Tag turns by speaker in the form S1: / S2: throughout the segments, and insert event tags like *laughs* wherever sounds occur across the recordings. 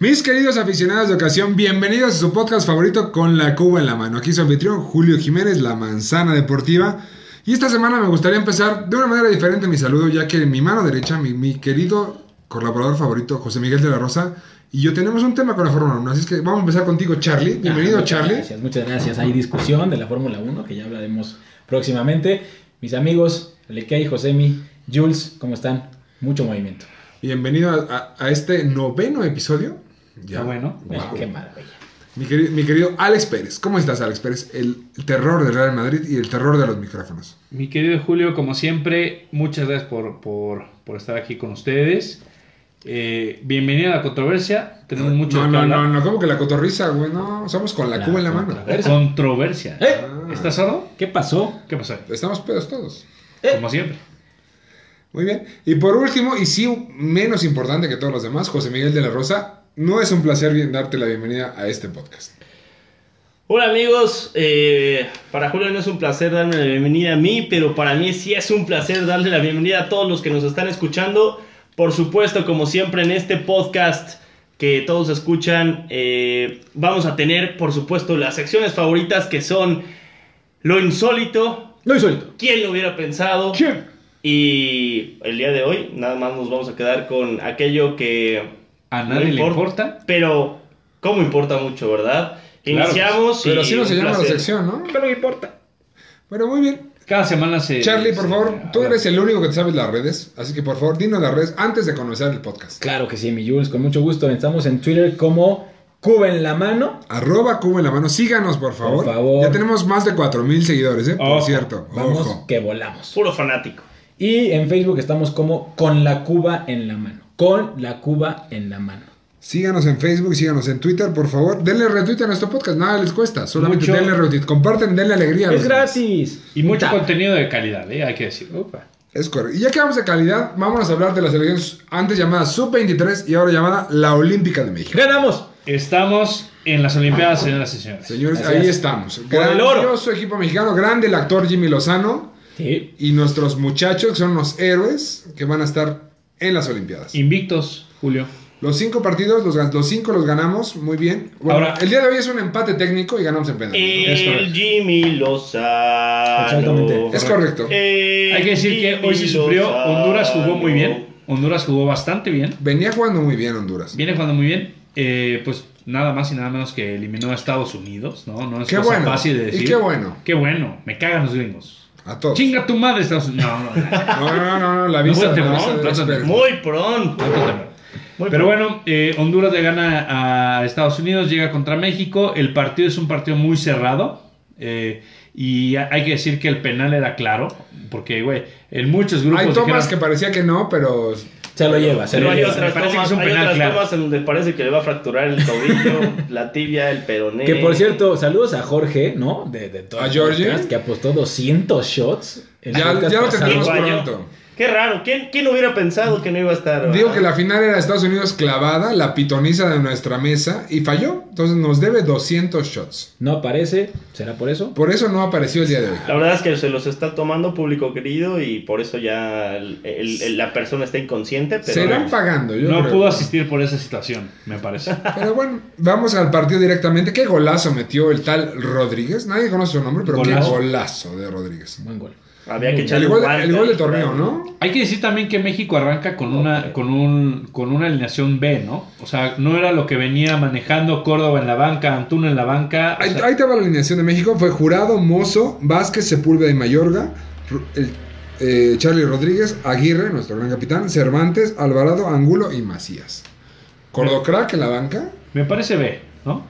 S1: Mis queridos aficionados de ocasión, bienvenidos a su podcast favorito con la Cuba en la mano. Aquí su anfitrión Julio Jiménez, La Manzana Deportiva. Y esta semana me gustaría empezar de una manera diferente mi saludo, ya que en mi mano derecha, mi, mi querido colaborador favorito, José Miguel de la Rosa, y yo tenemos un tema con la Fórmula 1. Así es que vamos a empezar contigo, Charlie. Bienvenido,
S2: Ah, muchas
S1: Charlie.
S2: Gracias, muchas gracias. Hay discusión de la Fórmula 1 que ya hablaremos próximamente. Mis amigos, Lekey, Josemi, Jules, ¿cómo están? Mucho movimiento.
S1: Bienvenido a, a- a este noveno episodio. Ya.
S3: Está bueno.
S2: Bueno, qué maravilla.
S1: Mi querido, mi querido Alex Pérez. ¿Cómo estás, Alex Pérez? El terror del Real Madrid y el terror de los micrófonos.
S3: Mi querido Julio, como siempre, muchas gracias por, por, por estar aquí con ustedes. Eh, bienvenido a la controversia. Tenemos mucho
S1: no,
S3: que
S1: no,
S3: hablar.
S1: no, no, como que la cotorriza, güey, no, somos con la,
S2: La
S1: cuba en la mano.
S2: cotorriza.
S3: La Controversia.
S2: ¿Eh?
S3: Ah. ¿Estás sordo?
S2: ¿Qué pasó?
S3: ¿Qué pasó?
S1: Estamos pedos todos.
S3: Como siempre.
S1: Muy bien. Y por último, y sí, menos importante que todos los demás, José Miguel de la Rosa, no es un placer bien darte la bienvenida a este podcast.
S4: Hola amigos, eh, para Julio no es un placer darme la bienvenida a mí, pero para mí sí es un placer darle la bienvenida a todos los que nos están escuchando. Por supuesto, como siempre en este podcast que todos escuchan, eh, vamos a tener, por supuesto, las secciones favoritas que son lo insólito,
S2: Lo insólito.
S4: quién lo hubiera pensado, y el día de hoy nada más nos vamos a quedar con aquello que
S3: A
S4: no
S3: nadie le importa.
S4: Pero, ¿cómo importa mucho, verdad?
S3: Claro,
S4: Iniciamos y.
S1: Pero así no se
S4: un
S1: llama la
S4: placer.
S1: sección, ¿no? Pero no importa. Bueno, muy bien.
S3: Cada semana se.
S1: Charlie, por
S3: se-
S1: favor, tú eres el único que te sabes las redes, así que por favor, dinos las redes antes de conocer el podcast.
S2: Claro que sí, mi Jules, con mucho gusto. Estamos en Twitter como Cuba en la mano.
S1: Arroba Cuba en la mano, síganos, por favor.
S2: favor.
S1: Ya tenemos más de 4000 seguidores, ¿eh? Por
S3: Ojo.
S1: cierto.
S2: Vamos
S1: Ojo.
S2: que volamos.
S4: Puro fanático.
S2: Y en Facebook estamos como Con la Cuba en la mano. Con la Cuba en la mano.
S1: Síganos en Facebook, síganos en Twitter, por favor. Denle retweet a nuestro podcast, nada les cuesta. Solamente
S3: Mucho.
S1: denle retweet. Comparten, denle alegría. a
S2: Es
S1: los demás.
S2: gratis.
S3: Y mucho
S2: Ta-
S3: contenido de calidad, ¿eh? Hay que decirlo.
S1: Es correcto. Y ya que vamos de calidad, vámonos a hablar de las selecciones antes llamada Sub-23 y ahora llamada la Olímpica de México.
S2: ¡Ganamos!
S3: Estamos en las Olimpiadas, señoras y señores.
S1: Señores,
S2: Así
S1: ahí
S2: es.
S1: estamos.
S2: Por el oro.
S1: Grandioso equipo mexicano, grande el actor Jimmy Lozano
S2: Sí.
S1: y nuestros muchachos que son los héroes que van a estar en las Olimpiadas.
S3: Invictos, Julio.
S1: Los cinco partidos, los, gan- los cinco los ganamos, muy bien. Bueno,
S3: Ahora-
S1: el día de hoy es un empate técnico y ganamos en penal.
S2: Eh,
S3: es
S4: El
S3: correcto.
S4: Jimmy Lozano.
S2: Exactamente.
S1: Es correcto.
S2: eh,
S4: El
S3: Hay que decir que hoy se
S4: Jimmy
S3: sufrió.
S4: Lozano.
S3: Honduras jugó muy bien. Honduras jugó bastante bien.
S1: Venía jugando muy bien Honduras.
S3: Viene jugando muy bien. Eh, pues nada más y nada menos que eliminó a Estados Unidos, ¿no? No es
S1: Qué
S3: cosa
S1: bueno.
S3: fácil de
S1: Y
S3: decir.
S1: qué bueno.
S3: Qué bueno. Me cagan los gringos.
S1: A todos.
S3: Chinga tu madre, Estados Unidos. No, no, no.
S1: No, no, no, no, la vista,
S3: No,
S1: la
S3: no,
S1: vista de este
S3: no,
S1: Alex
S3: no,
S1: Pérez.
S4: Muy pronto. *laughs* Muy
S3: Pero
S4: pronto.
S3: bueno, eh, Honduras le gana a Estados Unidos, llega contra México. El partido es un partido muy cerrado. eh, y hay que decir que el penal era claro. Porque, güey, en muchos grupos.
S1: Hay tomas
S3: dijeron-
S1: que parecía que no, pero
S2: Se lo lleva, se
S4: Pero hay
S2: lo lleva.
S3: eh, Me
S4: otras,
S3: parece que
S4: tomas,
S3: es un
S4: hay
S3: penal,
S4: otras
S3: claro.
S4: tomas en donde parece que le va a fracturar el tobillo,
S3: *laughs*
S4: la tibia, el peroné.
S2: Que por cierto, saludos a Jorge, ¿no? De, de todo
S1: ¿A
S2: el
S1: Jorge?
S2: podcast, que apostó 200 shots. el
S1: Ya-
S2: podcast
S1: ya lo
S2: pasado.
S1: tenemos.
S4: Y falló.
S1: pronto.
S4: Qué raro. ¿Quién, ¿Quién hubiera pensado que no iba a estar?
S1: Digo
S4: verdad?
S1: que la final era Estados Unidos clavada, la pitoniza de nuestra mesa y falló. Entonces nos debe 200 shots.
S2: No aparece, ¿será por eso?
S1: Por eso no apareció el día de hoy.
S4: La verdad es que se los está tomando público querido y por eso ya el- el- el- la persona está inconsciente. Pero
S1: Serán pagando, yo
S3: No
S1: creo.
S3: pudo asistir por esa situación, me parece.
S1: Pero bueno, vamos al partido directamente. Qué golazo metió el tal Rodríguez. Nadie conoce su nombre, pero
S3: Golazo.
S1: qué golazo de Rodríguez.
S2: Buen gol.
S4: había que echarle
S1: El gol,
S4: un guante
S1: el gol
S4: ahí,
S1: del torneo,
S4: claro.
S1: ¿no?
S3: Hay que decir también que México arranca con una, con un, con una alineación B, ¿no? O sea, no era lo que venía manejando Córdoba en la banca, Antuna en la banca. o
S1: Ahí,
S3: sea,
S1: ahí te va la alineación de México. Fue Jurado, Mozo, Vázquez, Sepúlveda y Mayorga. Ru- el- eh, Charlie Rodríguez, Aguirre, nuestro gran capitán, Cervantes, Alvarado, Angulo y Macías. Cordocrack en la banca.
S3: me parece B, ¿no?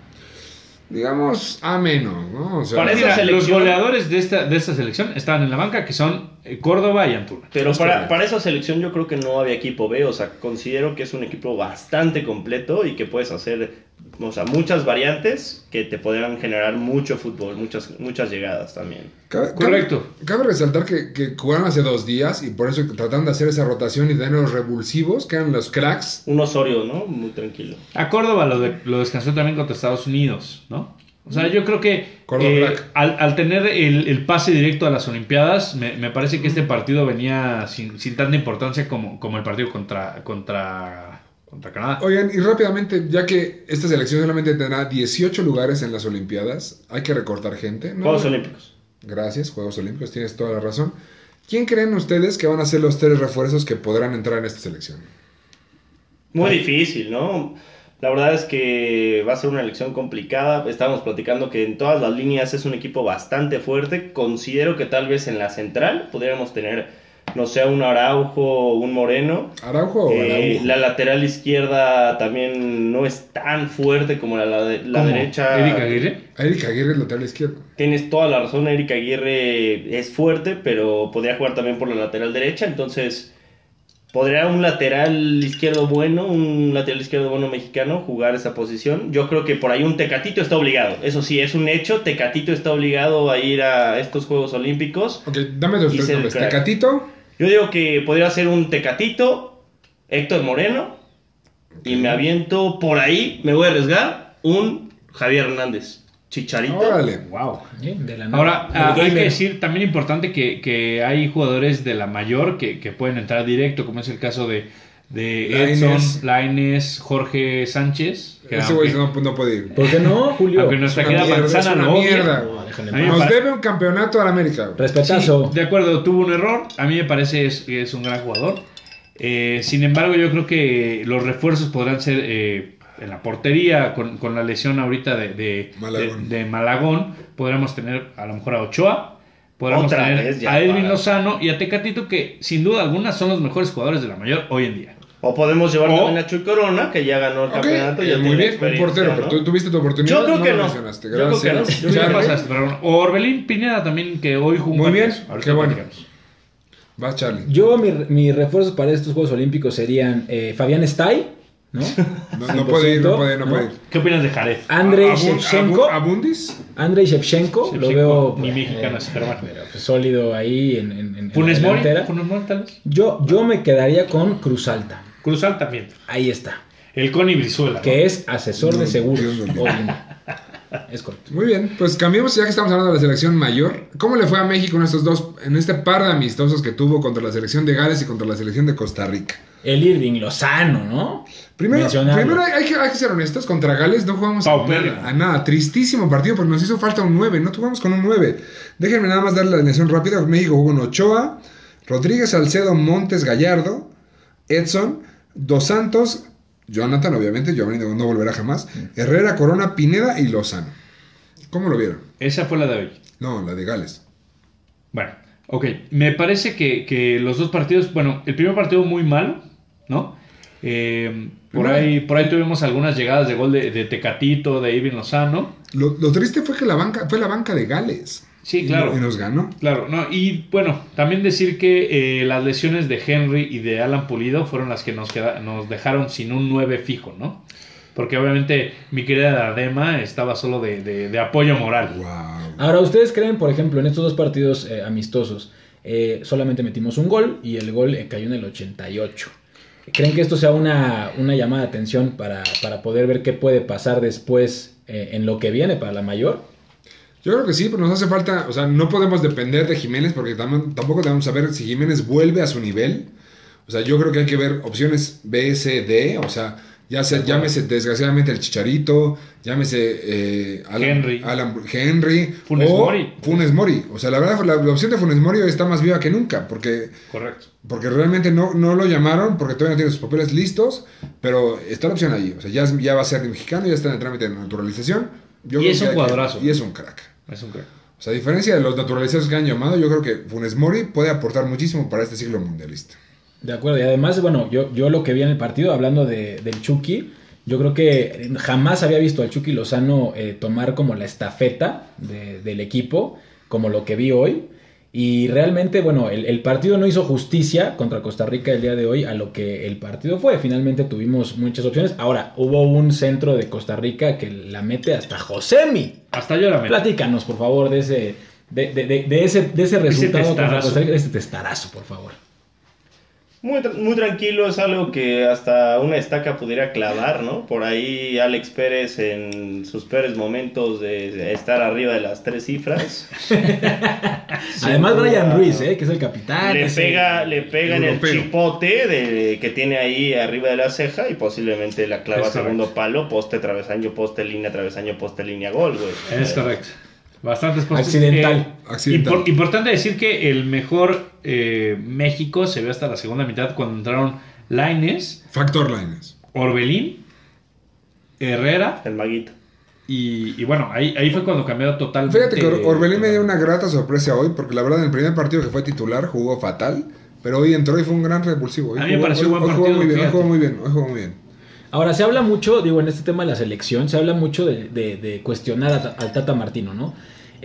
S1: digamos, ameno, ¿no? O sea,
S4: Para esa
S3: Mira, los
S4: selección-
S3: goleadores de esta, de esta selección estaban en la banca, que son eh, Córdoba y Antuna.
S4: Pero
S1: Es
S4: para,
S1: correcto.
S4: para esa selección yo creo que no había equipo B, o sea, considero que es un equipo bastante completo y que puedes hacer o sea, muchas variantes que te podrían generar mucho fútbol, muchas, muchas llegadas también.
S1: Cabe- cabe-
S3: Correcto.
S1: Cabe resaltar que, que jugaron hace dos días y por eso tratan de hacer esa rotación y tener los revulsivos, que eran los cracks.
S4: Un Osorio, ¿no? Muy tranquilo.
S3: A Córdoba lo, de- lo descansó también contra Estados Unidos, ¿no? O sea, yo creo que
S1: Córdoba
S3: eh,
S1: Black.
S3: al, al tener el, el pase directo a las Olimpiadas, me, me parece que este partido venía sin, sin tanta importancia como, como el partido contra, contra, contra Canadá.
S1: Oigan, y rápidamente, ya que esta selección solamente tendrá 18 lugares en las Olimpiadas, hay que recortar gente. ¿no?
S4: Juegos Olímpicos.
S1: Gracias, Juegos Olímpicos, tienes toda la razón. ¿Quién creen ustedes que van a ser los tres refuerzos que podrán entrar en esta selección?
S4: Muy difícil, ¿no? La verdad es que va a ser una elección complicada. Estábamos platicando que en todas las líneas es un equipo bastante fuerte. Considero que tal vez en la central pudiéramos tener, no sé, un Araujo, un Moreno.
S1: ¿Araujo o
S4: Eh,
S1: Oh, Araujo?
S4: la lateral izquierda también no es tan fuerte como la, la, de- la
S3: ¿Cómo?
S4: derecha.
S3: ¿Eric Aguirre?
S1: Eric Aguirre es lateral izquierdo.
S4: Tienes toda la razón, Eric Aguirre es fuerte, pero podría jugar también por la lateral derecha, entonces podría un lateral izquierdo bueno, un lateral izquierdo bueno mexicano jugar esa posición. Yo creo que por ahí un Tecatito está obligado, eso sí, es un hecho, Tecatito está obligado a ir a estos Juegos Olímpicos.
S1: Ok, dame los
S4: Y
S1: tres
S4: ser
S1: nombres.
S4: crack.
S1: Tecatito,
S4: Yo digo que podría ser un Tecatito, Héctor Moreno, y me aviento por ahí, me voy a arriesgar, un Javier Hernández, Chicharito.
S1: órale.
S3: ¡Wow!
S2: ¿eh? De la nada.
S3: Ahora,
S2: Del
S3: ah, hay
S2: gamer.
S3: que decir también importante que, que hay jugadores de la mayor que, que pueden entrar directo, como es el caso de, de
S1: Lainez.
S3: Edson, Laines, Jorge Sánchez. que
S1: Ese güey
S3: aunque,
S1: no, no puede ir.
S2: ¿Por qué no, Julio?
S3: aunque nuestra
S1: una
S3: querida
S1: mierda, es
S3: manzana
S1: una
S3: no. obvia.
S1: mierda.
S2: No, déjale
S3: A mí me
S1: Nos
S3: pare-
S1: debe un campeonato al América. güey.
S2: Respetazo.
S3: De acuerdo, tuvo un error. A mí me parece es, que es un gran jugador. Eh, sin embargo, yo creo que los refuerzos podrán ser eh, en la portería, con, con la lesión ahorita de, de,
S1: Malagón.
S3: de- de Malagón. Podríamos tener a lo mejor a Ochoa. Podríamos
S4: Otra
S3: tener
S4: vez ya,
S3: a Edwin
S4: para.
S3: Lozano y a Tecatito, que sin duda alguna son los mejores jugadores de la mayor hoy en día.
S4: O podemos llevar
S3: O-
S4: también a Chuy Corona, que ya ganó el
S1: Ok,
S4: campeonato. y
S1: eh,
S4: ya
S1: muy
S4: tiene
S1: bien, un
S4: experiencia,
S1: portero,
S4: ¿no?
S1: pero tú tuviste tu oportunidad.
S4: Yo creo que
S1: la
S4: no.
S1: mencionaste.
S4: Yo creo que
S1: Gracias.
S4: no. Yo
S3: ¿Qué
S4: creo que
S1: Charlie,
S3: pasaste, perdón? Orbelín Pineda también, que hoy jugó un
S1: Muy bien,
S3: partidazo. Ahorita
S1: qué bueno.
S3: platicamos.
S1: Vas, Charlie.
S2: Yo, mi, mis refuerzos para estos Juegos Olímpicos serían eh, Fabián Stay,
S3: *laughs*
S2: ¿no?
S1: No, no puede ir, no
S2: 100%,
S1: puede ir, no puede ir.
S3: ¿Qué opinas de Jared?
S2: Andrei
S1: Abun-
S2: Shevchenko.
S1: Abun- Abundis.
S2: Andrei Shevchenko, lo
S3: Shevchenko,
S2: veo.
S3: ni
S2: pues,
S3: mexicano, es peruano.
S2: pero, pues, sólido ahí en. en, en la
S3: Funes Mori.
S2: delantera.
S3: Funes Mori, tal vez.
S2: Yo, yo me quedaría con Cruz Alta.
S3: Cruzal también.
S2: Ahí está.
S3: El Coni Brizuela. ¿no?
S2: Que es asesor de
S1: No,
S2: seguros.
S1: Dios mío.
S2: hoy en día. Es correcto.
S1: Muy bien, pues cambiemos ya que estamos hablando de la selección mayor. ¿Cómo le fue a México en estos dos, en este par de amistosos que tuvo contra la selección de Gales y contra la selección de Costa Rica?
S2: El Irving Lozano, ¿no?
S1: Primero,
S2: Mencionarlo.
S1: primero hay, hay que, hay que ser honestos, contra Gales no jugamos a
S3: Paupérrimo.
S1: nada, a nada. Tristísimo partido, porque nos hizo falta un 9, no jugamos con un 9. Déjenme nada más dar la alineación rápida. México jugó con Ochoa, Rodríguez, Salcedo, Montes, Gallardo, Edson, Dos Santos, Jonathan, obviamente, Giovanni no volverá jamás, Herrera, Corona, Pineda y Lozano. ¿Cómo lo vieron?
S3: Esa fue la de hoy.
S1: No, la de Gales.
S3: Bueno, ok. Me parece que, que los dos partidos, bueno, el primer partido muy malo, ¿no? Eh, por,
S1: Primero.
S3: ahí, por ahí tuvimos algunas llegadas de gol de, de Tecatito, de Irving Lozano.
S1: Lo, lo triste fue que la banca fue la banca de Gales.
S3: Sí,
S1: Y
S3: claro.
S1: no- Y, nos ganó.
S3: Claro, no, y bueno, también decir que eh, las lesiones de Henry y de Alan Pulido fueron las que nos, queda- nos dejaron sin un 9 fijo, ¿no? Porque obviamente mi querida Dardema estaba solo de, de- de apoyo moral.
S1: Wow.
S2: Ahora, ¿ustedes creen, por ejemplo, en estos dos partidos eh, amistosos, eh, solamente metimos un gol y el gol eh, cayó en el 88? ¿Creen que esto sea una, una llamada de atención para, para poder ver qué puede pasar después eh, en lo que viene para la mayor?
S1: Yo creo que sí, pero nos hace falta, o sea, no podemos depender de Jiménez porque tam- tampoco debemos saber si Jiménez vuelve a su nivel. O sea, yo creo que hay que ver opciones B, C, D, o sea, ya sea, llámese desgraciadamente el Chicharito, llámese eh, Alan,
S3: Henry.
S1: Alan- Henry
S3: Funes
S1: o
S3: Mori.
S1: Funes Mori. O sea, la verdad, la, la opción de Funes Mori está más viva que nunca porque
S3: Correcto.
S1: Porque realmente no, no lo llamaron, porque todavía no tiene sus papeles listos, pero está la opción ahí. O sea, ya, es- ya va a ser mexicano, ya está en el trámite de naturalización. Yo
S3: Y
S1: creo
S3: es
S1: que
S3: un
S1: hay que-
S3: cuadrazo.
S1: Y es un crack.
S3: Es un crack.
S1: O sea, a diferencia de los naturalizados que han llamado, yo creo que Funes Mori puede aportar muchísimo para este siglo mundialista.
S2: De acuerdo, y además, bueno, yo, yo lo que vi en el partido, hablando de- del Chucky, yo creo que jamás había visto al Chucky Lozano eh, tomar como la estafeta de- del equipo, como lo que vi hoy. Y realmente, bueno, el, el partido no hizo justicia contra Costa Rica el día de hoy a lo que el partido fue. Finalmente tuvimos muchas opciones. Ahora, hubo un centro de Costa Rica que la mete hasta Josemi.
S3: Hasta yo la meto.
S2: Platícanos, por favor, de ese, de, de- de- de ese, de ese resultado contra
S3: testarazo.
S2: Costa Rica, de ese testarazo, por favor.
S4: Muy, tra- muy tranquilo, es algo que hasta una estaca pudiera clavar, ¿no? Por ahí Alex Pérez en sus peores momentos de estar arriba de las tres cifras,
S2: Además,
S4: duda.
S2: Brian Ruiz, ¿eh? que es el capitán.
S4: le
S2: es el-
S4: pega, le pega en el
S1: Ah, Europeo.
S4: chipote de- que tiene ahí arriba de la ceja y posiblemente la clava
S3: Es correcto.
S4: segundo palo, poste, travesaño, poste, línea, travesaño, poste, línea, gol, güey.
S3: Es correcto. Bastantes postes.
S2: Accidental.
S3: Eh,
S1: Accidental.
S3: impor- importante decir que el mejor eh, México se vio hasta la segunda mitad cuando entraron Laines,
S1: Factor Lines.
S3: Orbelín, Herrera
S4: El maguito.
S3: y, y bueno, ahí, ahí fue cuando cambió totalmente.
S1: Fíjate que Or- Orbelín me dio una grata sorpresa hoy, porque la verdad en el primer partido que fue titular jugó fatal, pero hoy entró y fue un gran repulsivo. Hoy
S3: A mí me
S1: jugó-
S3: pareció
S1: hoy-
S3: buen
S1: hoy
S3: partido,
S1: Jugó muy bien, hoy
S3: fíjate.
S1: jugó muy bien, hoy jugó muy bien.
S2: Ahora, se habla mucho, digo, en este tema de la selección, se habla mucho de, de- de cuestionar a Ta- al Tata Martino, ¿no?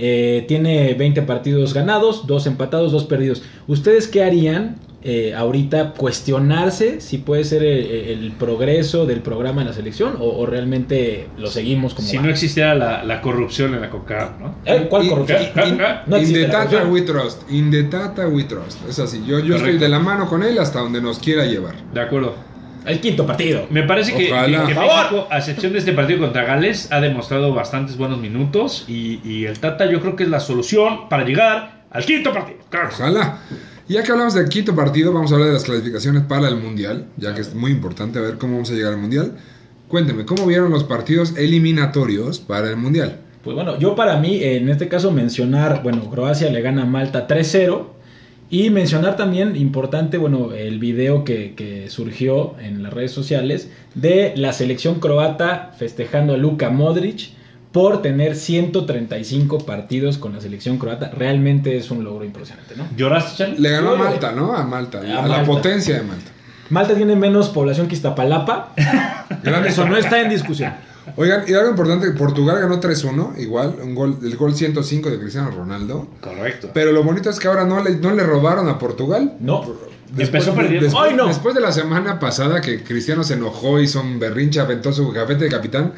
S2: Eh, tiene 20 partidos ganados, 2 empatados, 2 perdidos. ¿Ustedes qué harían eh, ahorita? ¿Cuestionarse si puede ser el, el progreso del programa en la selección o, o realmente lo seguimos como
S3: Si
S2: va?
S3: no existiera la, la corrupción en la coca ¿no?
S2: Eh, ¿Cuál
S1: Y-
S2: corrupción?
S1: y- y-
S2: No
S1: in
S2: existe
S1: the
S2: la
S1: Tata
S2: corrupción.
S1: we trust. In the Tata we trust. Es así. Yo, yo estoy
S3: Correcto.
S1: de la mano con él hasta donde nos quiera llevar.
S3: De acuerdo.
S2: El quinto partido.
S3: Me parece que,
S1: Ojalá.
S3: que- que
S2: Por favor.
S3: México, a excepción de este partido contra Gales, ha demostrado bastantes buenos minutos y, y el Tata yo creo que es la solución para llegar al quinto partido. Claro.
S1: Ojalá. Y Ya que hablamos del quinto partido, vamos a hablar de las clasificaciones para el Mundial, ya que es muy importante ver cómo vamos a llegar al Mundial. Cuénteme, ¿cómo vieron los partidos eliminatorios para el Mundial?
S2: Pues bueno, yo para mí, en este caso, mencionar, bueno, Croacia le gana a Malta 3-0. Y mencionar también, importante, bueno, el video que, que surgió en las redes sociales de la selección croata festejando a Luka Modric por tener 135 partidos con la selección croata. Realmente es un logro impresionante, ¿no?
S3: ¿Lloraste, Charlie?
S1: Le ganó a Malta, ¿no? A Malta, a,
S2: A
S1: la
S2: Malta.
S1: potencia de Malta.
S2: Malta tiene menos población
S1: *laughs*
S2: que Iztapalapa. Eso no está en discusión.
S1: Oigan, y algo importante, Portugal ganó 3-1, igual, un gol, el gol 105 de Cristiano Ronaldo.
S3: Correcto.
S1: Pero lo bonito es que ahora no le, no le robaron a Portugal.
S2: No.
S3: Empezó
S1: de-
S3: perdiendo.
S1: después-
S2: ¡Ay, no!
S1: después de la semana pasada que Cristiano se enojó, hizo un berrinche, aventó su gafete de capitán,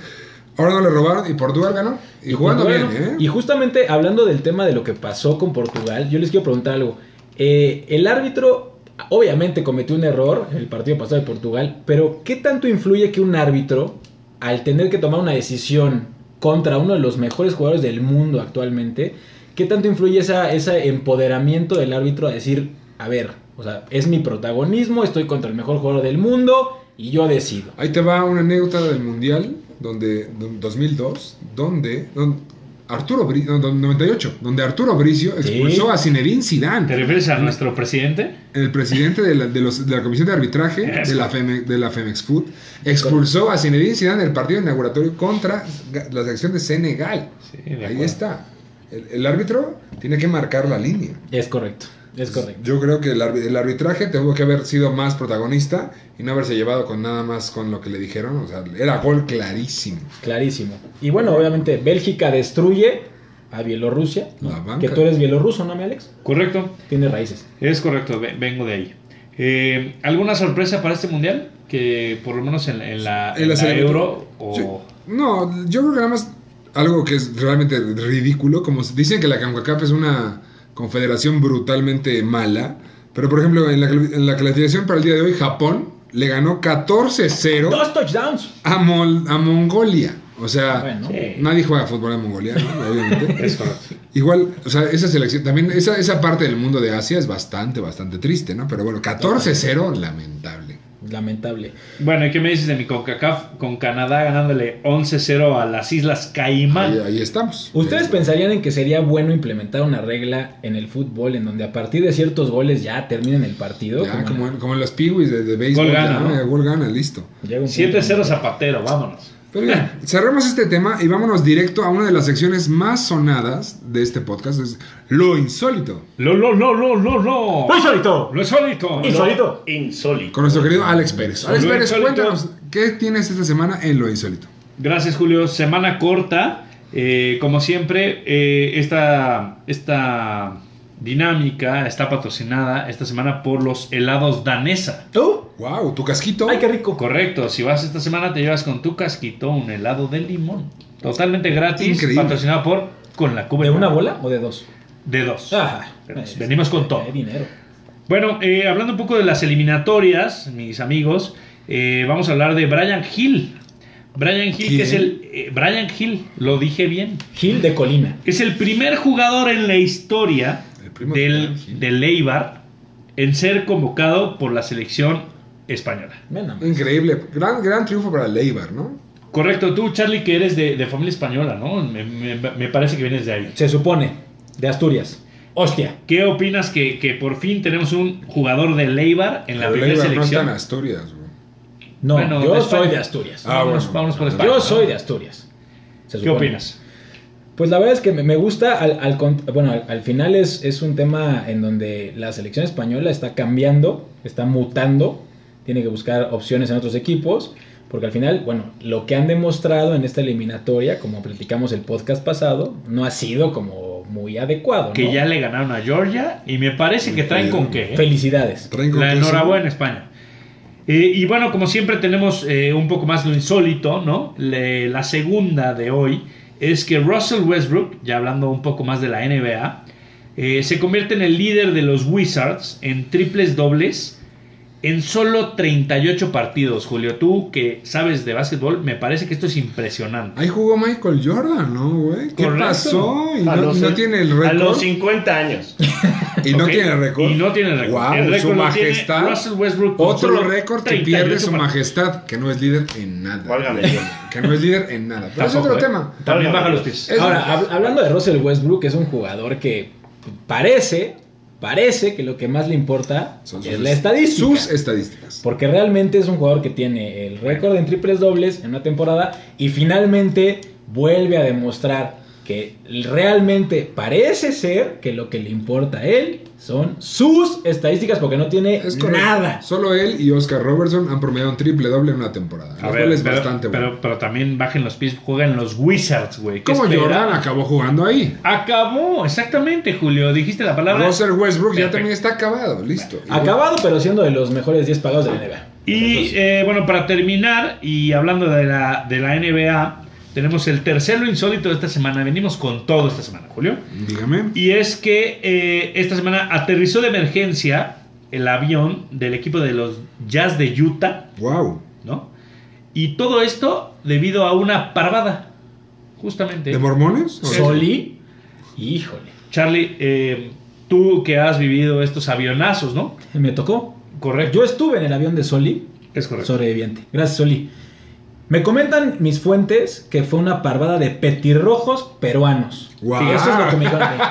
S1: ahora no le robaron y Portugal ganó. Y, jugando
S2: Portugal,
S1: bien, ¿eh?
S2: ¿no? Y justamente hablando del tema de lo que pasó con Portugal, yo les quiero preguntar algo. Eh, el árbitro obviamente cometió un error en el partido pasado de Portugal, pero ¿qué tanto influye que un árbitro, al tener que tomar una decisión contra uno de los mejores jugadores del mundo actualmente, qué tanto influye esa, ese empoderamiento del árbitro a decir, a ver, o sea, es mi protagonismo, estoy contra el mejor jugador del mundo y yo decido?
S1: Ahí te va una anécdota del Mundial donde, do- 2002, donde, don- Arturo Bri- no, don- 98, donde Arturo Bricio expulsó a Zinedine
S3: ¿Te
S1: Zidane,
S3: refieres a nuestro presidente?
S1: el presidente de la, de los- de la Comisión de Arbitraje de la, Feme- de la Femex Food, expulsó a Zinedine Zidane del partido inauguratorio contra Ga- la selección de Senegal.
S3: Sí, de
S1: Ahí
S3: acuerdo.
S1: está. El, el árbitro tiene que marcar la línea.
S2: Es correcto, es correcto.
S1: Yo creo que el, arbi- el arbitraje tuvo que haber sido más protagonista y no haberse llevado con nada más con lo que le dijeron. O sea, era gol clarísimo.
S2: Clarísimo. Y bueno, obviamente Bélgica destruye a Bielorrusia. ¿no?
S1: La banca.
S2: Que tú eres bielorruso, ¿no, mi Alex?
S3: Correcto.
S2: Tienes raíces.
S3: Es correcto, ve- vengo de ahí. Eh, ¿Alguna sorpresa para este mundial? Que por lo menos en, la- en la,
S1: En la
S3: en la
S1: celebración.
S3: Euro o...
S1: Sí. No, yo creo que nada más algo que es realmente ridículo, como s- dicen que la CONCACAF es una confederación brutalmente mala, pero por ejemplo en la, cl- en la clasificación para el día de hoy Japón le ganó 14-0
S2: Dos touchdowns.
S1: a, Mol- a Mongolia. O sea,
S2: Bueno.
S3: Sí.
S1: nadie juega fútbol en Mongolia, ¿no?
S3: *laughs*
S1: obviamente.
S3: Es correcto.
S1: Igual, o sea, esa selección, también esa, esa parte del mundo de Asia es bastante, bastante triste, ¿no? Pero bueno, 14-0, lamentable.
S2: Lamentable.
S3: Bueno, ¿y qué me dices de mi CONCACAF con Canadá ganándole 11-0 a las Islas Caimán?
S1: Ahí, ahí estamos. Este,
S2: ¿Ustedes
S1: Ahí-
S2: pensarían en que sería bueno implementar una regla en el fútbol en donde a partir de ciertos goles ya terminen el partido?
S1: Ya,
S2: Como
S1: como,
S2: en-
S1: en, como en los piwis de, de béisbol.
S3: Gol gana,
S1: ya,
S3: ¿no?
S1: Gol gana, listo.
S2: llega un punto
S3: 7-0
S2: en-
S3: Zapatero, vámonos.
S1: Pero bien, cerremos este tema y vámonos directo a una de las secciones más sonadas de este podcast. Es lo insólito.
S3: Lo, lo, lo, lo, lo, lo.
S2: ¡Muy solito!
S3: Lo insólito.
S2: Insólito.
S4: Insólito.
S1: Con nuestro querido Alex Pérez. Alex
S3: Lo
S1: Pérez,
S3: insólito.
S1: cuéntanos, ¿qué tienes esta semana en lo insólito?
S3: Gracias, Julio. Semana corta. Eh, como siempre, eh, esta, esta dinámica está patrocinada esta semana por los helados danesa.
S2: ¿Tú?
S1: Wow, tu casquito.
S2: ¡Ay, qué rico!
S3: Correcto, si vas esta semana te llevas con tu casquito un helado de limón. Totalmente gratis,
S1: Increíble.
S3: patrocinado por con la cuba.
S2: ¿De
S3: en
S2: una
S3: mano.
S2: bola o de dos?
S3: De dos.
S2: Ah,
S3: Pero pues,
S2: es-
S3: venimos con todo.
S2: Hay dinero.
S3: Bueno, eh, hablando un poco de las eliminatorias, mis amigos, eh, vamos a hablar de Brian Hill. Brian Hill,
S1: ¿Quién?
S3: que es el... eh, Brian Hill, lo dije bien.
S2: Gil de Colina.
S3: Es el primer jugador en la historia
S1: El primo de
S3: del,
S1: Brian Hill.
S3: del Eibar en ser convocado por la selección española.
S2: Ven
S1: Mm.
S2: nada más.
S1: Increíble. Gran, gran triunfo para el Eibar, ¿no?
S3: Correcto, tú, Charlie, que eres de, de familia española, ¿no? Me, me- me parece que vienes de ahí.
S2: Se supone. De Asturias. Hostia.
S3: ¿Qué opinas que, que por fin tenemos un jugador de Leibar en la
S1: Pero el Eibar no
S3: primera
S1: está
S3: selección?
S1: en Asturias, güey.
S2: No,
S3: Bueno,
S2: yo
S3: de
S2: soy
S3: España.
S2: de Asturias.
S1: Ah,
S3: Vámonos-
S1: bueno.
S3: vámonos por
S1: Yo
S3: España.
S2: Yo soy de Asturias. se
S3: ¿Qué
S2: supone.
S3: opinas?
S2: Pues la verdad es que me- me gusta, al, al con- bueno, al, al final es, es un tema en donde la selección española está cambiando, está mutando, tiene que buscar opciones en otros equipos, porque al final, bueno, lo que han demostrado en esta eliminatoria, como platicamos el podcast pasado, no ha sido como muy adecuado. ¿no?
S3: Que ya le ganaron a Georgia y me parece que traen con qué. ¿eh?
S2: Felicidades.
S1: Traen con
S3: La
S1: queso.
S3: enhorabuena, España. Eh, y bueno, como siempre tenemos eh, un poco más lo insólito, ¿no? Le- la segunda de hoy es que Russell Westbrook, ya hablando un poco más de la NBA, eh, se convierte en el líder de los Wizards en triples dobles en solo 38 partidos. Julio, tú que sabes de básquetbol, me parece que esto es impresionante.
S1: Ahí jugó Michael Jordan, ¿no, güey? ¿Qué
S3: Correcto.
S1: pasó? Y no,
S4: A los
S1: y no
S4: cin-
S1: tiene el
S4: A los
S1: récord.
S4: 50 años.
S1: Y no
S3: ¿ok?
S1: tiene el récord.
S3: Y no tiene el récord.
S1: Guau,
S3: El récord
S1: su
S3: lo tiene
S1: majestad.
S3: Russell Westbrook con
S1: Otro
S3: solo
S1: récord que
S3: 38
S1: pierde su
S3: partidos.
S1: majestad, que no es líder en nada.
S4: Válgame Dios.
S1: Que no es líder en nada. Pero es
S3: Tampoco,
S1: otro
S3: ¿eh?
S1: tema.
S3: También baja los pies.
S1: Es-
S2: Ahora, hab- hablando de Russell Westbrook, es un jugador que parece, parece que lo que más le importa
S1: Son
S2: es
S1: sus-
S2: la estadística.
S1: Sus estadísticas.
S2: Porque realmente es un jugador que tiene el récord en triples dobles en una temporada y finalmente vuelve a demostrar que realmente parece ser que lo que le importa a él son sus estadísticas porque no tiene
S1: Es correcto.
S2: nada.
S1: Solo él y Oscar Robertson han promediado un triple doble en una temporada.
S3: A
S1: lo
S3: ver,
S1: cual es
S3: pero,
S1: bastante
S3: pero,
S1: bueno.
S3: pero también bajen los pies, juegan los Wizards, güey. ¿Qué
S1: ¿Cómo
S3: espera?
S1: Jordan acabó jugando ahí?
S3: Acabó, exactamente, Julio. Dijiste la palabra.
S1: Russell Westbrook ya
S3: Perfecto.
S1: también está acabado, listo.
S2: Acabado pero siendo de los mejores 10 pagados de la NBA.
S3: Y eh, bueno, para terminar, y hablando de la, de la NBA, tenemos el tercero insólito de esta semana. Venimos con todo esta semana, Julio.
S1: Dígame.
S3: Y es que eh, esta semana aterrizó de emergencia el avión del equipo de los Jazz de Utah,
S1: Wow.
S3: ¿no? Y todo esto debido a una parvada. Justamente.
S1: ¿De mormones? ¿O
S2: Soli, híjole,
S3: Charlie, eh, tú que has vivido estos avionazos, ¿no?
S2: me tocó.
S3: Correcto.
S2: Yo estuve en el avión de Soli
S3: Es correcto.
S2: Sobreviviente. Gracias, Oli. Me comentan mis fuentes que fue una parvada de petirrojos peruanos.
S1: Guau.
S2: Sí, Eso es lo que me dijeron a mí.